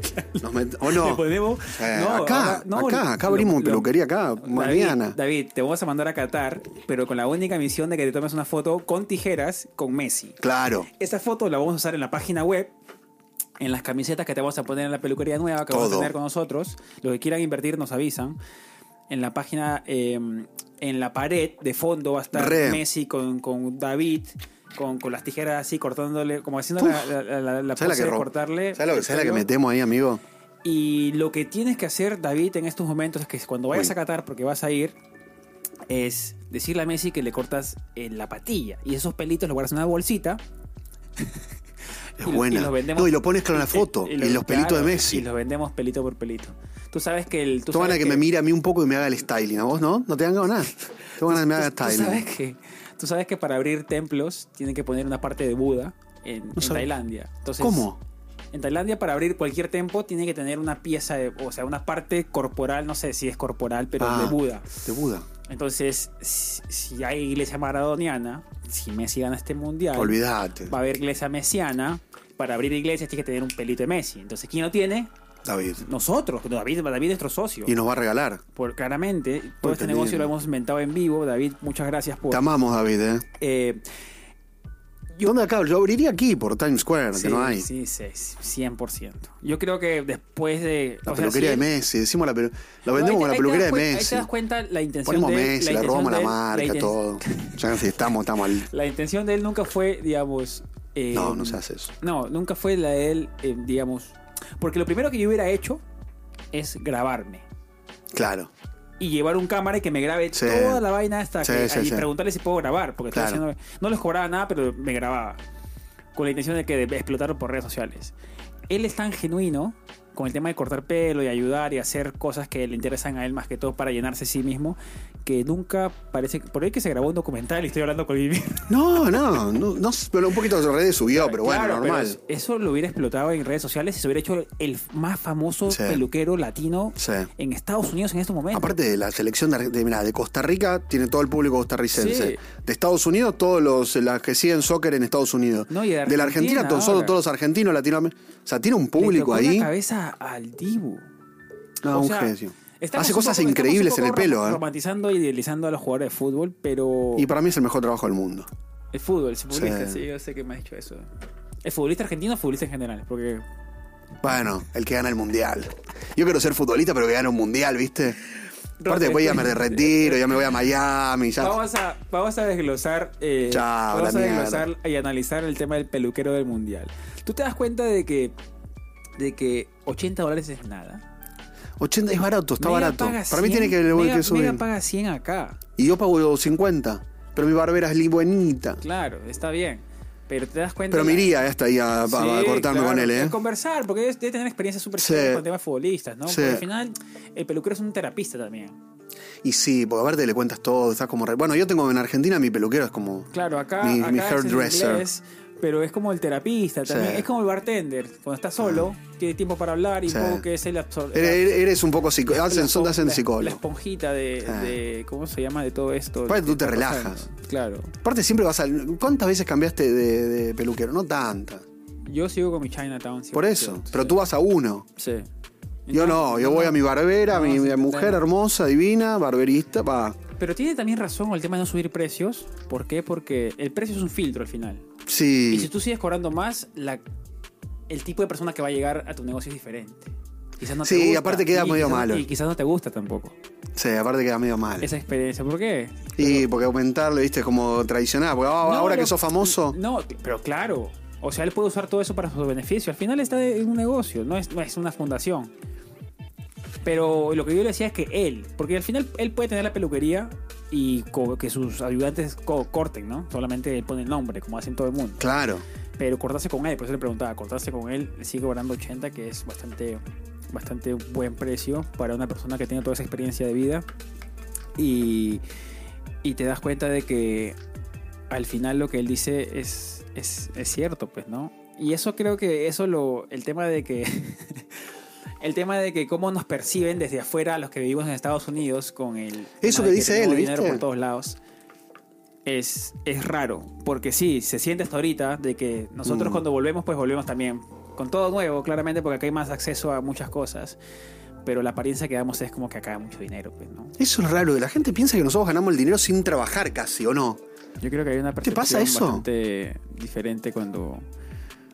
Nos met- O Le no. ponemos- Eh, no, acá, ahora- no, acá, acá lo- abrimos lo- peluquería acá, David, mañana. David, te vamos a mandar a Qatar, pero con la única misión de que te tomes una foto con tijeras con Messi. Claro. Esa foto la vamos a usar en la página web, en las camisetas que te vamos a poner en la peluquería nueva que vamos a Todo. tener con nosotros. Los que quieran invertir nos avisan. En la página, eh, en la pared de fondo va a estar Re. Messi con, con David. Con, con las tijeras así cortándole, como haciendo Uf. la, la, la- la ¿Sabes la pose que de ro- cortarle. ¿Sabes lo que- el sabes la que pelo? metemos ahí, amigo? Y lo que tienes que hacer, David, en estos momentos es que cuando vayas Uy. a Qatar, porque vas a ir, es decirle a Messi que le cortas eh, la patilla y esos pelitos los guardas en una bolsita. Es Y- y buena. los vendemos- no, y lo pones con la foto. y- Y, y los- los pelitos claro, de Messi. Y los vendemos pelito por pelito. Tú sabes que el. Tú Tú ganas sabes de que, me mire a mí un poco y me haga el styling. ¿A vos no? No te dan ganas de nada. Tú ganas de que me haga Tú sabes styling. que, tú sabes que para abrir templos tienen que poner una parte de Buda en, en sabía. Tailandia. Entonces, ¿Cómo? En Tailandia, para abrir cualquier templo, tiene que tener una pieza, de- o sea, una parte corporal, no sé si es corporal, pero Ah. de Buda. De Buda. Entonces, si, si hay iglesia maradoniana, si Messi gana este mundial, Olvídate, va a haber iglesia mesiana. Para abrir iglesias tiene que tener un pelito de Messi. Entonces, ¿quién lo tiene? David. Nosotros. David, David es nuestro socio. Y nos va a regalar. Por, claramente, todo este qué negocio lo lindo. hemos inventado en vivo. David, muchas gracias por... Te amamos, David, ¿eh? eh, ¿Dónde acá? Yo abriría aquí, por Times Square, sí, que no hay. sí, sí, 100%. Yo creo que después de... La o sea, peluquería de sí- Messi, decimos la pelu- Lo No, vendemos con la ahí te- ahí te peluquería das de cuenta- Ahí Messi. te das cuenta la intención Ponemos de él, Messi, le intención robamos la de él, la marca, inten- todo. Ya si estamos, estamos al. La intención de él nunca fue, digamos... eh, No, no se hace eso. No, nunca fue la de él, eh, digamos. Porque lo primero que yo hubiera hecho es grabarme. Claro. y llevar un cámara y que me grabe Sí. toda la vaina hasta Sí, que sí, y sí. preguntarle si puedo grabar, porque estoy Claro. haciendo- no les cobraba nada, pero me grababa con la intención de que de explotaron por redes sociales. Él es tan genuino con el tema de cortar pelo y ayudar y hacer cosas que le interesan a él más que todo para llenarse a sí mismo, que nunca parece por ahí que se grabó un documental y estoy hablando con Vivi. No, no, no, no, pero un poquito de redes subió, pero bueno, Claro, normal. pero eso lo hubiera explotado en redes sociales y se hubiera hecho el más famoso Sí. peluquero latino Sí. en Estados Unidos en este estos momentos. Aparte de la selección de, Ar- de- mirá, de Costa Rica, tiene todo el público costarricense. Sí. De Estados Unidos, todos los las que siguen soccer en Estados Unidos. No, y de la Argentina Argentina, todos, solo ahora. todos los argentinos, latinoamericanos. O sea, tiene un Le público tocó ahí. la cabeza al Dibu. No, O Ah, un sea, genio. estamos Hace un cosas poco- increíbles en estamos el un poco pelo, rom- ¿eh? Romantizando y idealizando a los jugadores de fútbol, pero. Y para mí es el mejor trabajo del mundo. El fútbol, el futbolista, Sí. sí. yo sé que me ha dicho eso. El futbolista argentino o futbolista en general, porque. Bueno, el que gana el mundial. Yo quiero ser futbolista, pero que gane un mundial, ¿viste? Aparte, después ya me retiro, ya me voy a Miami, ya. Vamos a, vamos a desglosar. eh, Chao, vamos la a mierda. desglosar y analizar el tema del peluquero del mundial. ¿Tú te das cuenta de que. de que 80 dólares es nada? 80 es barato, está Mega barato. paga Para mí 100, tiene que, Mega- que Mega subir. paga 100 acá. Y yo pago 50, pero mi barbera es li- buenita. Claro, está bien. Pero te das cuenta. Pero me la- iría hasta ahí a, a- a Sí, cortarme claro, con él, ¿eh? a conversar, porque debe debe tener experiencias súper Sí. chéveres con temas futbolistas, ¿no? Sí. Porque al final, el peluquero es un terapista también. Y sí, porque aparte le cuentas todo, estás como... re- Bueno, yo tengo en Argentina mi peluquero, es como... Claro, acá, Mi- acá mi es en hairdresser. inglés, pero es como el terapista también. Sí. Ah. Es como el bartender. Cuando está solo, tiene tiempo para hablar y Sí. un poco que es el absor- Eres, eres un poco psico... la- Hacen, son, te hacen la- La psicólogo. esponjita de, Ah. de- ¿Cómo se llama? De todo esto. Aparte que tú te está relajas. pasando. Claro. Aparte siempre vas al... ¿Cuántas veces cambiaste de, de peluquero? No tantas. Yo sigo con mi Chinatown. Por siempre, eso. siempre, Pero sí. tú vas a uno. Sí. Yo no, yo voy a mi barbera, a mi, No, mi sí, mujer total. hermosa, divina, barberista, va. Pero tiene también razón el tema de no subir precios. ¿Por qué? Porque el precio es un filtro al final. Y si Sí. tú sigues cobrando más, la, el tipo de persona que va a llegar a tu negocio es diferente. Quizás no te Sí, gusta, aparte queda y medio quizás- malo. Y quizás no te gusta tampoco Sí, aparte queda medio mal. esa experiencia. ¿Por qué? Y porque aumentarlo, viste, es como traicionar. Porque ah, No, Mm, ahora pero- que sos famoso... No, pero claro. O sea, él puede usar todo eso para su beneficio. Al final está en un negocio, no es, no es una fundación. Pero lo que yo le decía es que él, porque al final él puede tener la peluquería y co- que sus ayudantes co- corten, ¿no? Solamente él pone el nombre, como hacen todo el mundo. Claro. Pero cortarse con él, por eso le preguntaba, cortarse con él le sigue cobrando 80, que es bastante, bastante buen precio para una persona que tiene toda esa experiencia de vida. Y, y te das cuenta de que al final lo que él dice es, es, es cierto, pues, ¿no? Y eso creo que eso lo. El tema de que. el tema de que cómo nos perciben desde afuera los que vivimos en Estados Unidos con el. Eso tema que de dice tenemos él, dinero ¿viste? por todos lados. Es, es raro, porque sí, se siente hasta ahorita de que nosotros Mm. cuando volvemos, pues volvemos también con todo nuevo, claramente, porque acá hay más acceso a muchas cosas. Pero la apariencia que damos es como que acá hay mucho dinero, pues, ¿no? Eso es raro, la gente piensa que nosotros ganamos el dinero sin trabajar casi, ¿o no? Yo creo que hay una ¿Te percepción pasa eso? bastante diferente cuando...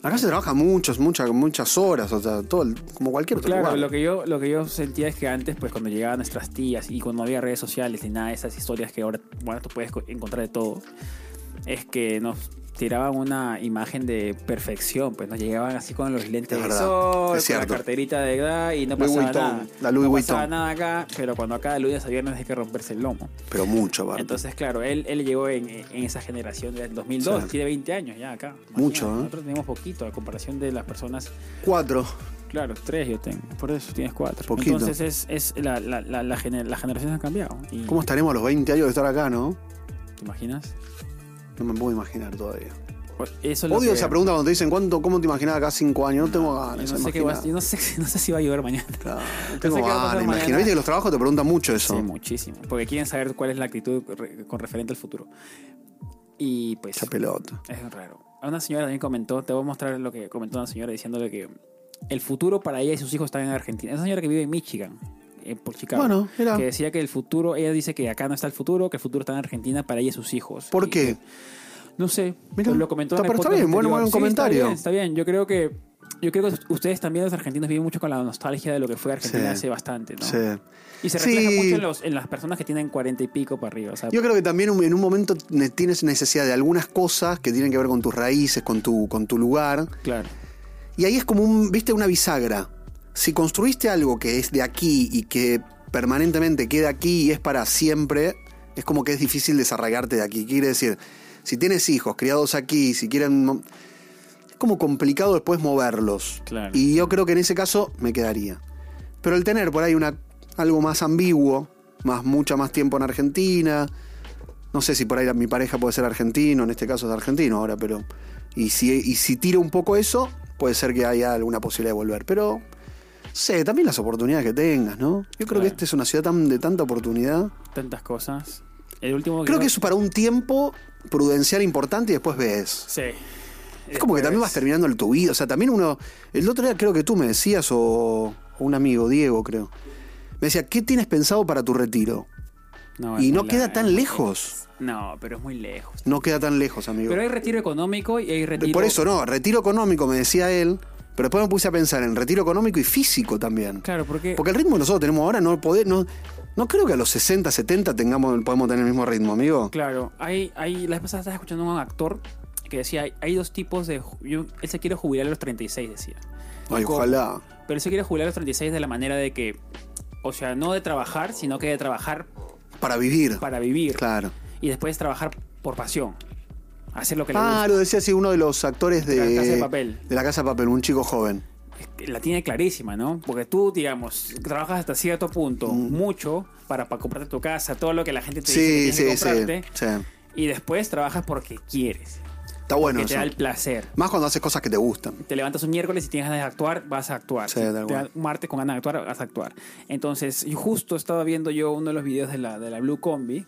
Acá se trabaja muchos, muchas, muchas horas, o sea, todo el- como cualquier otro Claro, lugar. lo que, yo, lo que yo sentía es que antes, pues cuando llegaban nuestras tías y cuando no había redes sociales ni nada de esas historias que ahora, bueno, tú puedes co- encontrar de todo, es que nos tiraban una imagen de perfección, pues nos llegaban así con los lentes Es de verdad, sol, es con la cierto. carterita de edad y no Louis pasaba Vuitton, nada. la Louis no pasaba Vuitton. nada acá, pero cuando acá de lunes a viernes hay que romperse el lomo. Pero mucho, aparte. Entonces, claro, él, él llegó en, en esa generación del 2002, Sí. tiene 20 años ya acá. Mucho, ¿eh? Nosotros tenemos poquito a comparación de las personas. Cuatro. Claro, tres yo tengo. Por eso tienes cuatro. Poquito. Entonces, es, es la, la, la, la gener- las generaciones han cambiado. Y, ¿Cómo estaremos a los 20 años de estar acá, no? ¿Te imaginas? Pues, No me puedo imaginar todavía. Eso es lo Odio que- esa pregunta cuando te dicen ¿cuánto, ¿cómo te imaginabas acá cinco años? No tengo Yo ganas. no, de sé qué imaginar. va- yo no sé- no sé si va a llover mañana. Claro, no qué tengo va a pasar ganas, de imaginar. mañana. Viste que los trabajos te preguntan mucho eso. Sí, muchísimo. Porque quieren saber cuál es la actitud re- con referente al futuro. Y pues. Esa pelota. Es raro. A Una señora también comentó, te voy a mostrar lo que comentó una señora diciéndole que el futuro para ella y sus hijos están en Argentina. Es una señora que vive en Michigan, eh, por Chicago. Bueno, era. Que decía que el futuro, ella dice que acá no está el futuro, que el futuro está en Argentina para ella y sus hijos. ¿Por Y- qué? No sé. Mira, lo comentó está- en el pero está podcast bien, bueno, anterior. buen Sí, comentario. Está bien, está bien. Yo creo que yo creo que ustedes también los argentinos viven mucho con la nostalgia de lo que fue Argentina Sí. hace bastante, ¿no? Sí. Y se refleja Sí. mucho en, los- en las personas que tienen cuarenta y pico para arriba. O sea, Yo creo que también un- en un momento ne- tienes necesidad de algunas cosas que tienen que ver con tus raíces, con tu, con tu lugar. claro. Y ahí es como un, viste, una bisagra. Si construiste algo que es de aquí y que permanentemente queda aquí y es para siempre, es como que es difícil desarraigarte de aquí. Quiere decir, si tienes hijos criados aquí, si quieren... mo- Es como complicado después moverlos. Claro. Y yo creo que en ese caso me quedaría. Pero el tener por ahí una, algo más ambiguo, más mucho más tiempo en Argentina, no sé si por ahí mi pareja puede ser argentino, en este caso es argentino ahora, pero... Y si, y si tiro un poco eso, puede ser que haya alguna posibilidad de volver. Pero sé, también las oportunidades que tengas, ¿no? Yo creo Claro. que esta es una ciudad tan, de tanta oportunidad. Tantas cosas. El último Creo no- que es para un tiempo prudencial importante y después ves. Sí. Es como que también vas terminando el tu vida. O sea, también uno. El otro día creo que tú me decías, o, o un amigo, Diego, creo. Me decía, ¿qué tienes pensado para tu retiro? y es no muy queda largo, tan es- lejos. No, pero es muy lejos. No queda tan lejos, amigo. Pero hay retiro económico y hay retiro. Por eso no, retiro económico, me decía él. Pero después me puse a pensar en retiro económico y físico también. Claro, porque. Porque el ritmo que nosotros tenemos ahora no poder, no, no creo que a los 60, 70 tengamos, podemos tener el mismo ritmo, amigo. Claro, hay, hay, la vez pasada estaba escuchando a un actor que decía: hay, hay dos tipos de. ju- yo- él se quiere jubilar a los 36, decía. Ay, ¿Cómo? ojalá. Pero él se quiere jubilar a los 36 de la manera de que. O sea, no de trabajar, sino que de trabajar Para vivir. para vivir. Claro. Y después trabajar por pasión. Hacer lo que Ah, le lo decía así uno de los actores de, De la Casa de Papel. de la Casa de Papel, un chico joven. gusta. La tiene clarísima, ¿no? Porque tú, digamos, trabajas hasta cierto punto, mucho, para, para comprarte tu casa, todo lo que la gente te Mm. Sí, dice que sí, tienes sí, que comprarte. sí. Y después trabajas porque quieres. Está bueno que te eso. da el placer. Más cuando haces cosas que te gustan. Te levantas un miércoles y tienes ganas de actuar, vas a actuar. Sí, Si tal te da cual. un martes con ganas de actuar, vas a actuar. Entonces, y justo estaba viendo yo uno de los videos de la, de la Blue Combi.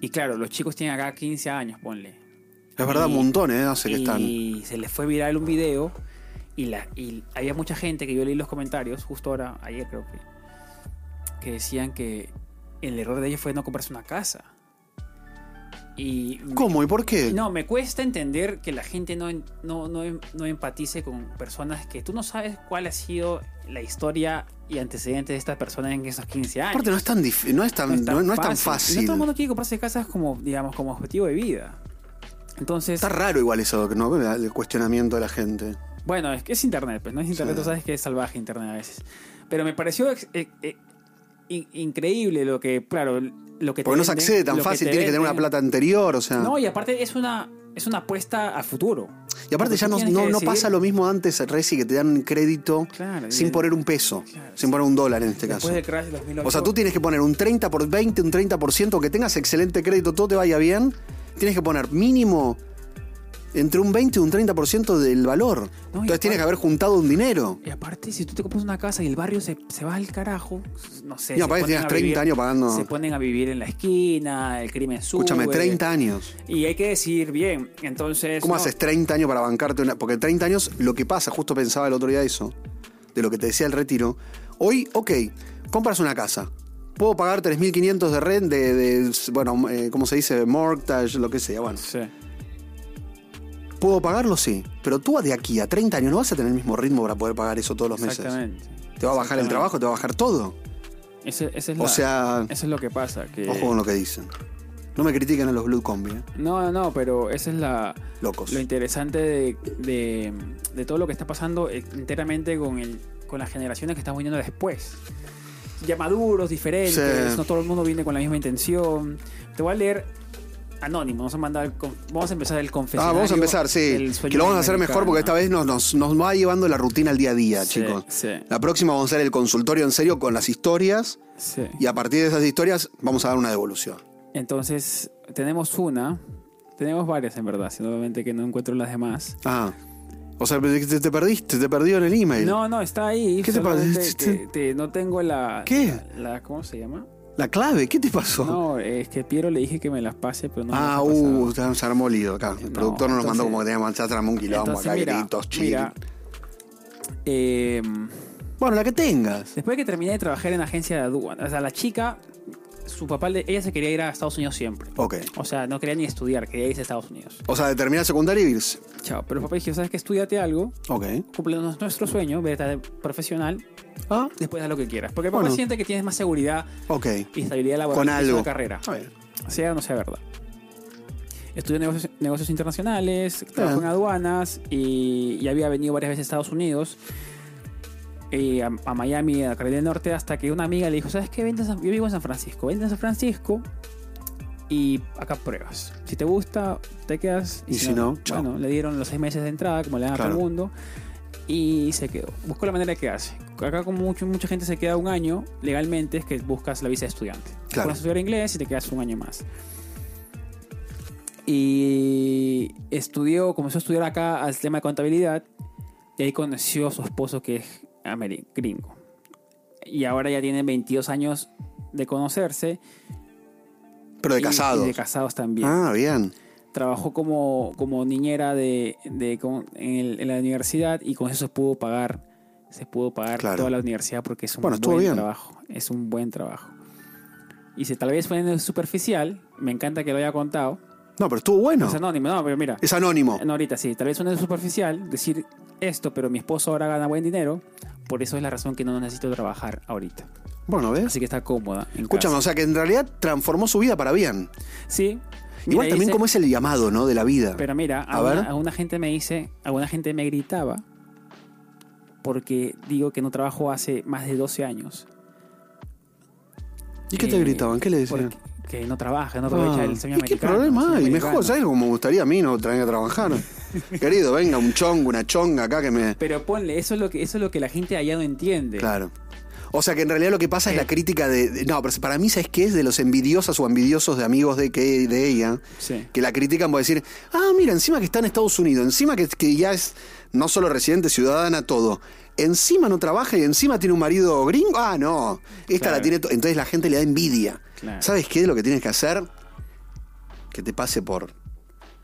Y claro, los chicos tienen acá 15 años, ponle. Es verdad, Y- un montón, ¿eh? Hace que están. Y se les fue viral un video. Y, la, y había mucha gente que yo leí los comentarios, justo ahora, ayer creo que, que decían que el error de ellos fue no comprarse una casa. Y ¿Cómo y por qué? no, me cuesta entender que la gente no, en- no, no, em- no empatice con personas que tú no sabes cuál ha sido la historia y antecedentes de esta persona en esos 15 años. Aparte, no es tan, dif- no es tan, no- no es tan No fácil. todo el mundo quiere comprarse casas como, digamos, como objetivo de vida. Entonces, Está raro igual eso, ¿no? El cuestionamiento de la gente. bueno, es que es internet, pues no es internet, tú sabes que es salvaje internet a veces. Pero me pareció ex- eh, eh, in- increíble lo que, claro, lo que te Porque no se venden, accede tan lo fácil, te tienes que tener una venden. plata anterior, o sea. No, y aparte es una, es una apuesta a futuro. Y aparte Porque ya tú no, tienes no- que no decidir- pasa lo mismo antes, Reci, que te dan crédito Claro, sin y- poner un peso, claro, sin poner un dólar en este Después caso. del crash de 2008. O sea, tú tienes que poner un 30 por 20, un 30%, que tengas excelente crédito, todo te vaya bien, tienes que poner mínimo entre un 20 y un 30% del valor. Entonces tienes aparte- que haber juntado un dinero. Y aparte, si tú te compras una casa y el barrio se, se va al carajo, no sé. Y se aparte ponen pues, tienes a 30 años pagando. Se ponen a vivir en la esquina, el crimen sube. Escúchame, 30 años. Y hay que decidir bien. Entonces. ¿Cómo no, haces 30 años para bancarte una.? Porque 30 años, lo que pasa, justo pensaba el otro día eso, de lo que te decía el retiro. Hoy, ok, compras una casa. Puedo pagar 3.500 de rent, de, de- Bueno, eh, ¿cómo se dice? Mortgage, lo que sea. Bueno, Sí. puedo pagarlo, sí. Pero tú de aquí a 30 años no vas a tener el mismo ritmo para poder pagar eso todos los meses. Exactamente. Te va a bajar el trabajo, te va a bajar todo. Ese, ese es O la- sea, Eso es lo que pasa. Que, ojo con lo que dicen. No me critiquen a los Blue Combi, ¿eh? No, no, pero esa es la. locos. Lo interesante de, de- de todo lo que está pasando eh, enteramente con, el, con las generaciones que estamos viniendo después. Ya maduros, diferentes, Sí. no todo el mundo viene con la misma intención. Te voy a leer anónimo, vamos a mandar el con- vamos a empezar el Ah, confesionario. vamos a empezar, sí. del sueño Que lo vamos a hacer mejor americano. porque esta vez nos, nos- nos va llevando la rutina al día a día, Sí, chicos. sí, La próxima vamos a hacer el consultorio en serio con las historias sí. y a partir de esas historias vamos a dar una devolución. Entonces, tenemos una, tenemos varias en verdad, simplemente que no encuentro las demás. Ah. O sea, te, te- te perdiste, te perdió en el email. No, no, está ahí. ¿Qué te pasa? solamente que te- no tengo la... ¿Qué? La, la- ¿Cómo se llama? La clave, ¿qué te pasó? No, es que Piero le dije que me las pase, pero no. me las ah, ha uh, pasado. se se armó lío acá. El No, productor no nos mandó entonces- como que teníamos, ya se armó un quilombo Entonces, acá, mira, gritos, chill. mira, eh, Bueno, la que tengas. después de que terminé de trabajar en agencia de aduanas, o sea, la chica, su papá, le- ella se quería ir a Estados Unidos siempre. Ok. O sea, no quería ni estudiar, quería irse a Estados Unidos. O sea, de terminar secundaria y irse. Chao. Pero el papá dijo, ¿sabes qué? Estudiate algo, Ok. cumple nuestro sueño, vete a profesional, Ah, después haz lo que quieras. Porque el papá Bueno. siente que tienes más seguridad ok. y estabilidad laboral Con que es una algo. carrera. A ver. sea o no sea verdad. Estudió negocios, negocios Ah. internacionales, trabajó en aduanas y, y había venido varias veces a Estados Unidos. eh, a, a Miami, a Carolina del Norte, hasta que una amiga le dijo, ¿sabes qué? Vente a San- yo vivo en San Francisco, vente a San Francisco y acá pruebas. Si te gusta, te quedas. Y si no, chao. bueno, le dieron los seis meses de entrada, como le dan a Claro. todo el mundo, y se quedó. Buscó la manera de quedarse. Acá como mucho- mucha gente se queda un año, legalmente es que buscas la visa de estudiante. Claro. Puedes estudiar inglés y te quedas un año más. Y estudió, comenzó a estudiar acá al tema de contabilidad y ahí conoció a su esposo que es ameri- gringo. Y ahora ya tienen 22 años de conocerse. Pero de y- casado. Y de casados también. Ah, bien. Trabajó como, como niñera de, de- con- en, el- en la universidad y con eso se pudo pagar, se pudo pagar Claro. toda la universidad porque es un Bueno, estuvo buen bien. trabajo. Es un buen trabajo. Y si tal vez fue superficial, me encanta que lo haya contado. No, pero estuvo bueno. Es anónimo, no, pero mira. Es anónimo. No, ahorita sí. Tal vez suene superficial decir esto, pero mi esposo ahora gana buen dinero. Por eso es la razón que no necesito trabajar ahorita. Bueno, ¿ves? Así que está cómoda. en ¿Eh? Escúchame, o casa. sea que en realidad transformó su vida para bien. Sí. Igual Mira, también dice- cómo es el llamado, ¿no? De la vida. Pero mira, A alguna, ver. alguna gente me dice, alguna gente me gritaba porque digo que no trabajo hace más de 12 años. ¿Y qué te Eh, gritaban? ¿Qué le decían? Porque- que no trabaja, no aprovecha Ah, el sueño ¿Y qué americano. problema hay? el sueño Mejor, americano. ¿sabes cómo me gustaría a mí no traer a trabajar? Querido, venga, un chongo, una chonga acá que me... Pero ponle, eso es lo que, eso es lo que la gente allá no entiende. Claro. O sea que en realidad lo que pasa es Eh. la crítica de, de- No, pero para mí, ¿sabes qué es? De los envidiosas o envidiosos de amigos de, que, de ella, Sí. que la critican por decir, ah, mira, encima que está en Estados Unidos, encima que, que ya es no solo residente, ciudadana, todo. Encima no trabaja y encima tiene un marido gringo. Ah, no. Esta Claro. la tiene. to- Entonces la gente le da envidia. Claro. ¿Sabes qué es lo que tienes que hacer? Que te pase por.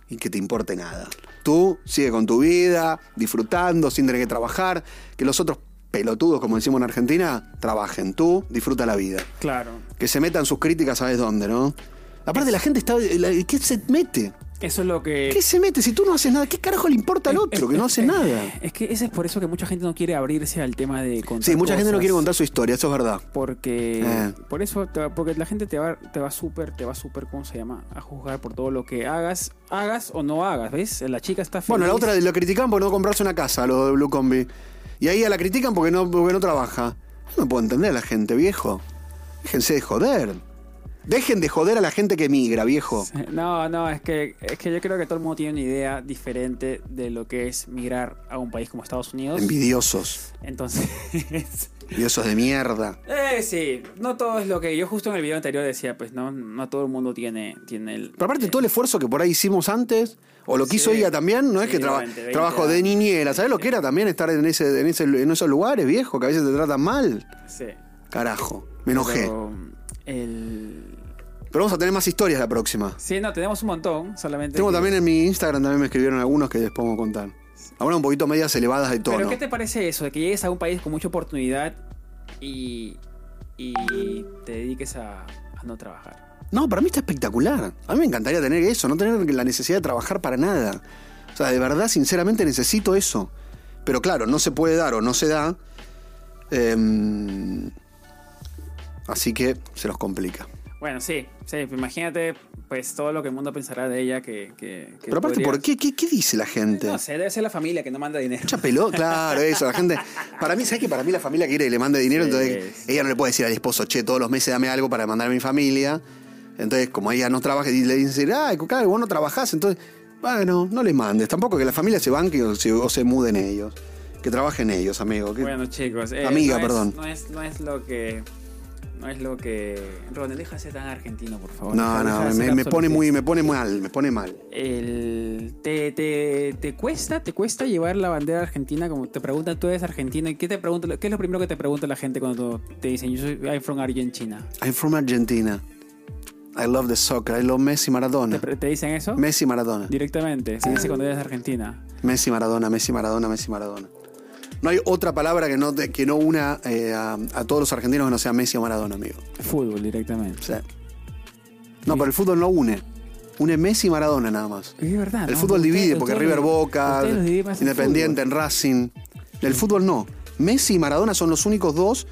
y que te importe nada. Tú sigue con tu vida, disfrutando, sin tener que trabajar. Que los otros pelotudos, como decimos en Argentina, trabajen. Tú disfruta la vida. Claro. Que se metan sus críticas, ¿sabes dónde, no? Aparte, la gente está. la- ¿Qué se mete? Eso es lo que... ¿Qué se mete? Si tú no haces nada, ¿qué carajo le importa al otro que no hace nada? Es que ese es por eso que mucha gente no quiere abrirse al tema de contar. Sí, mucha gente no cosas, quiere contar su historia, eso es verdad. Porque. Eh. Por eso. te va- Porque la gente te va, te va súper, te va súper, ¿cómo se llama? A juzgar por todo lo que hagas, hagas o no hagas, ¿ves? La chica está feliz. Bueno, la otra lo critican porque no comprarse una casa, los de Blue Combi. Y ahí a la critican porque no, porque no trabaja. No puedo entender a la gente, viejo. Déjense de joder. Dejen de joder a la gente que emigra, viejo. No, no, es que, es que yo creo que todo el mundo tiene una idea diferente de lo que es migrar a un país como Estados Unidos. Envidiosos. Entonces. Envidiosos de mierda. eh, sí, no todo es lo que. Yo justo en el video anterior decía, pues no, no todo el mundo tiene, tiene el. eh, Pero aparte, todo el esfuerzo que por ahí hicimos antes, o lo que hizo Sí. ella también, no es Sí, que traba- durante 20 trabajo de años. niñera. ¿Sabes lo que era también estar en, ese, en, ese- en esos lugares, viejo? Que a veces te tratan mal. Sí. Carajo, me enojé. Pero, Pero, el. vamos a tener más historias la próxima. Sí, no, tenemos un montón, solamente. Tengo que- también en mi Instagram, también me escribieron algunos que les pongo contar. Ahora un poquito medias elevadas de Pero tono. ¿qué te parece eso? De que llegues a un país con mucha oportunidad y, y te dediques a, a no trabajar. No, para mí está espectacular. A mí me encantaría tener eso, no tener la necesidad de trabajar para nada. O sea, de verdad, sinceramente necesito eso. Pero claro, no se puede dar o no se da. Em, así que se los complica. Bueno, sí, sí, imagínate pues todo lo que el mundo pensará de ella que... que- que Pero aparte, podrías- ¿por qué? ¿Qué, qué dice la gente? No sé, debe ser la familia que no manda dinero. Mucha pelota, claro, eso. La gente. Para mí, ¿sabes que Para mí, la familia quiere que le mande dinero, Sí, entonces sí. ella no le puede decir al esposo, che, todos los meses dame algo para mandar a mi familia. Entonces, como ella no trabaja, y le dicen, ah, claro, vos no trabajás, entonces, bueno, no le mandes. Tampoco que la familia se banque o se, o se muden ellos. Que trabajen ellos, amigo. que- Bueno, chicos. eh, Amiga, no es- perdón. no, es, no es lo que... No es lo que... Ronald, déjase tan argentino, por favor. no, Deja- deja no, de me, ser me pone absolutista. muy, me pone mal, me pone mal. el, te, te, te cuesta te cuesta llevar la bandera argentina como te preguntan tú eres argentina y qué te pregunta qué es lo primero que te pregunta la gente cuando te dicen yo soy I'm from Argentina I'm from Argentina. I love the soccer, I love Messi te, Maradona. pre- te dicen eso Messi Maradona. directamente se dice cuando eres argentina Messi Maradona, Messi Maradona, Messi Maradona. No hay otra palabra que no, te- que no una eh, a, a todos los argentinos que no sea Messi o Maradona, amigo. fútbol directamente O sea, no, pero el fútbol no une. Une Messi y Maradona nada más. es verdad El Ah, ¿no? fútbol Ustedes- divide, porque ustedes- River Boca, ustedes los dividen más en Independiente, fútbol. en Racing. El fútbol no. Messi y Maradona son los únicos dos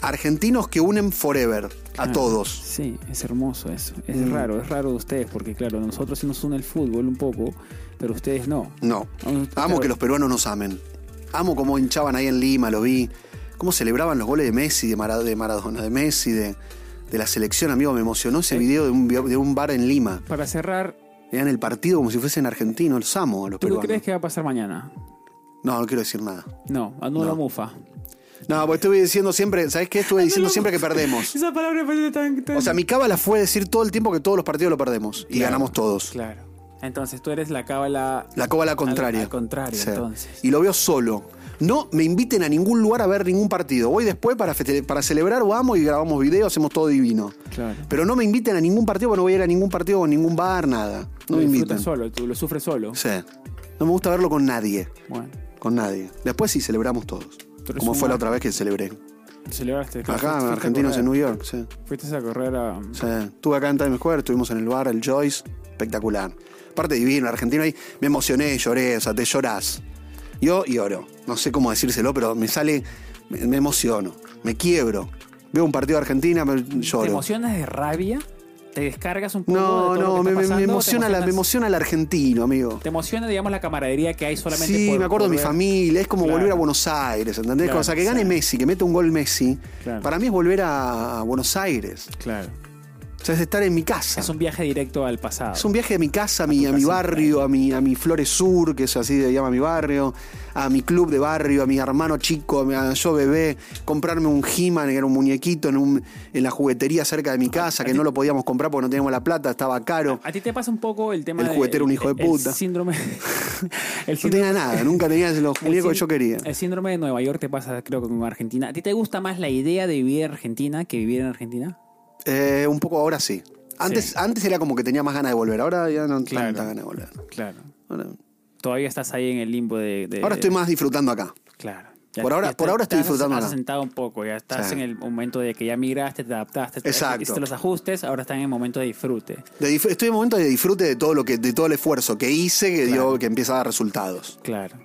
argentinos que unen forever a Ah, todos. Mm. sí es hermoso eso es raro es raro de ustedes porque claro nosotros sí nos une el fútbol un poco pero ustedes no No. Pero- Amo que los peruanos nos amen. Amo cómo hinchaban ahí en Lima, lo vi. Cómo celebraban los goles de Messi, de, Mara- de Maradona, de Messi, de, de la selección, amigo. Me emocionó ese Eh. video de un, bio- de un bar en Lima. Para cerrar, Vean el partido como si fuesen argentinos, los amo a los ¿tú qué peruanos. crees que va a pasar mañana? No, no quiero decir nada. No, anula No. mufa. No, pues estuve diciendo siempre, ¿sabes qué? Estuve diciendo siempre que perdemos. Esa palabra me parece tan, tan- O sea, mi cábala fue decir todo el tiempo que todos los partidos lo perdemos y Claro, ganamos todos. Claro. Entonces tú eres la cábala. La cábala al- contraria. Al, contrario, Sí. entonces. Y lo veo solo. No me inviten a ningún lugar a ver ningún partido. Voy después para, feste- para celebrar, vamos y grabamos video, hacemos todo divino. Claro. Pero no me inviten a ningún partido, porque no voy a ir a ningún partido, a ningún bar, nada. No lo me disfrutas inviten. solo, tú lo sufres solo. Sí. No me gusta verlo con nadie. Bueno, Con nadie. Después sí celebramos todos. Pero Como es fue la humano. otra vez que celebré. celebraste. claro, Acá, fuiste a argentinos en correr. New York, sí. Fuiste a correr a. Sí, estuve acá en Times Square, estuvimos en el bar, el Joyce, espectacular. Parte divino, argentino ahí, me emocioné, lloré, o sea, te llorás. Yo lloro, no sé cómo decírselo, pero me sale, me, me emociono, me quiebro. Veo un partido de Argentina, me ¿Te lloro. emocionas de rabia? ¿Te descargas un poco? No, de todo no, lo me, que está me- me pasando? ¿Te emociona la- me emocionas- emociona el argentino, amigo. Te emociona, digamos, la camaradería que hay solamente Sí, por- me acuerdo de mi por ver- familia, es como Claro. volver a Buenos Aires, ¿entendés? Claro, o sea, que gane sí. Messi, que meta un gol Messi, Claro. para mí es volver a, a Buenos Aires. Claro. O sea, es estar en mi casa. Es un viaje directo al pasado. Es un viaje de mi casa, a mi, a mi casa. barrio, a mi, a mi Flores Sur, que es así se llama mi barrio, a mi club de barrio, a mi hermano chico, a mi- a yo bebé, comprarme un He-Man, que era un muñequito en, un, en la juguetería cerca de mi casa, que no lo podíamos comprar porque no teníamos la plata, estaba caro. A ti te pasa un poco el tema El de- juguetero un hijo de el puta. síndrome. el No síndrome- tenía nada, nunca tenía los el muñecos que sínd- yo quería. El síndrome de Nueva York te pasa, creo que con Argentina. ¿A ti te gusta más la idea de vivir en Argentina que vivir en Argentina? Eh, un poco ahora sí. Antes, Sí. antes era como que tenía más ganas de volver, ahora ya no Claro. Eh. tanta ganas de volver. Claro. Ahora, Todavía estás ahí en el limbo de. de- ahora estoy más disfrutando acá. Claro. Por ahora- por ahora estoy disfrutando Estás acá. sentado un poco, ya estás Sí. en el momento de que ya migraste, te adaptaste, Exacto. hiciste los ajustes, ahora estás en el momento de disfrute. De dif- estoy en un momento de disfrute de todo lo que, de todo el esfuerzo que hice que Claro. dio, que empieza a dar resultados. Claro.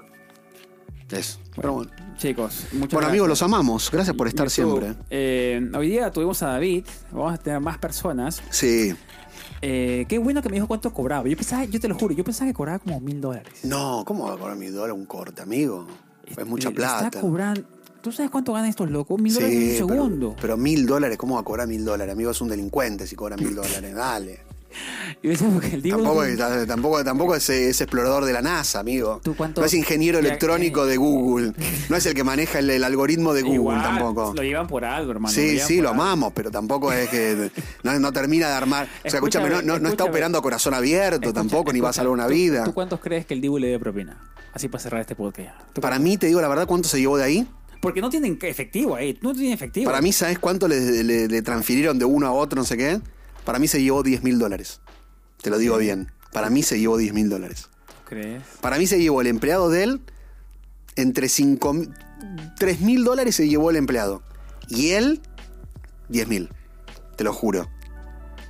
Eso. Pero bueno. Chicos, muchas Bueno, gracias. amigos, los amamos. Gracias por estar YouTube. siempre. Eh, hoy día tuvimos a David, vamos a tener más personas. Sí. Eh, qué bueno que me dijo cuánto cobraba. Yo pensaba, yo te lo juro, yo pensaba que cobraba como mil dólares. No, ¿cómo va a cobrar mi dólar un corte, amigo? Es mucha Le- le está plata. cobrando- ¿Tú sabes cuánto ganan estos locos? Mil Sí, dólares en un pero- segundo. Pero mil dólares, ¿cómo va a cobrar mil dólares? Amigo, es un delincuente si cobra mil dólares. Dale. Y eso es lo que el tipo- Tampoco, es- tampoco, tampoco es, es explorador de la NASA, amigo. ¿Tú cuánto- No es ingeniero Ya- electrónico de Google. No es el que maneja el, el algoritmo de Google Igual, tampoco. Lo llevan por algo, hermano. Sí, llevan sí, por lo algo. amamos, pero tampoco es que no, no termina de armar. O sea, escúchame, Escúchame, no, no- no está escúchame. operando a corazón abierto Escucha, tampoco, ni va a escucha, salvar una ¿tú- vida. ¿Tú cuántos crees que el Dibu le dé propina? Así para cerrar este podcast. ¿Tú Para mí, te digo la verdad, ¿cuánto se llevó de ahí? cuántos? Porque no tienen efectivo ahí. No tienen efectivo. Para mí, ¿sabes cuánto le, le- le transfirieron de uno a otro, no sé qué? Para mí se llevó 10 mil dólares. Te lo digo bien. Para mí se llevó 10 mil dólares. ¿Tú crees? Para mí se llevó el empleado de él entre 5 mil- 3 mil dólares se llevó el empleado. Y él, 10 mil. Te lo juro.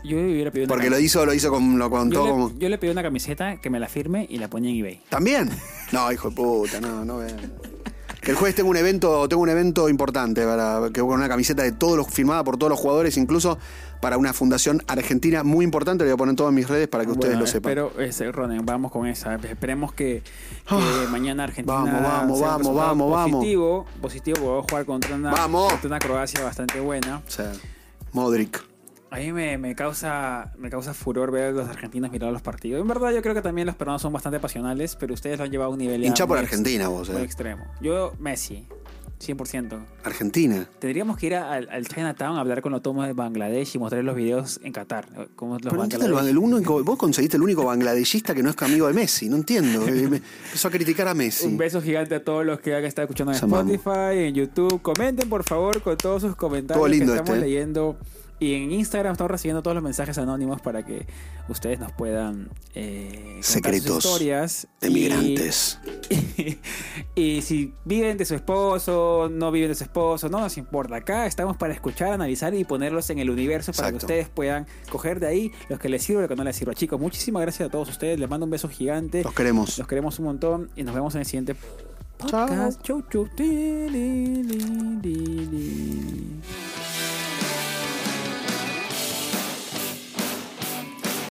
Yo le hubiera pedido una Porque lo camiseta. hizo, lo hizo con, lo contó yo, como. le, yo le pedí una camiseta que me la firme y la ponía en eBay. ¿También? No, hijo de puta, no, no vean. Que el jueves tengo un evento, tengo un evento importante para que con una camiseta de todos los firmada por todos los jugadores, incluso para una fundación argentina muy importante. Lo voy a poner en todas mis redes para que ustedes Bueno, lo sepan. Espero, ese, este, Ronen, vamos con esa. Esperemos que, que mañana Argentina. Ah, Vamos, sea un vamos, vamos, resultado vamos, vamos. positivo, Positivo, porque vamos a jugar contra una, Vamos. contra una Croacia bastante buena. O sea, Modric. A mí me, me causa, me causa furor ver a los argentinos mirar los partidos. En verdad, yo creo que también los peruanos son bastante pasionales, pero ustedes lo han llevado a un nivel. ya Hincha por muy ex- Argentina, vos, eh. Muy extremo. Yo, Messi, 100%. Argentina. Tendríamos que ir a- al, al Chinatown a hablar con los tomos de Bangladesh y mostrar los videos en Qatar. Como los Pero no entiendo, el, Bangladesh. el único, vos conseguiste el único bangladellista que no es amigo de Messi, no entiendo. Eh, me- Empezó a criticar a Messi. Un beso gigante a todos los que han estado escuchando en Los amamos. Spotify, en YouTube. Comenten, por favor, con todos sus comentarios Todo lindo que estamos este, ¿eh? leyendo. Y en Instagram estamos recibiendo todos los mensajes anónimos para que ustedes nos puedan eh, contar sus Secretos historias De Y- migrantes. Y, si viven de su esposo, no viven de su esposo, no nos importa. Acá estamos para escuchar, analizar y ponerlos en el universo para que Exacto. ustedes puedan coger de ahí los que les sirve y los que no les sirve. Chicos, muchísimas gracias a todos ustedes. Les mando un beso gigante. Los queremos. Los queremos un montón y nos vemos en el siguiente podcast. Chau, chau. Ti, li, li, li, li.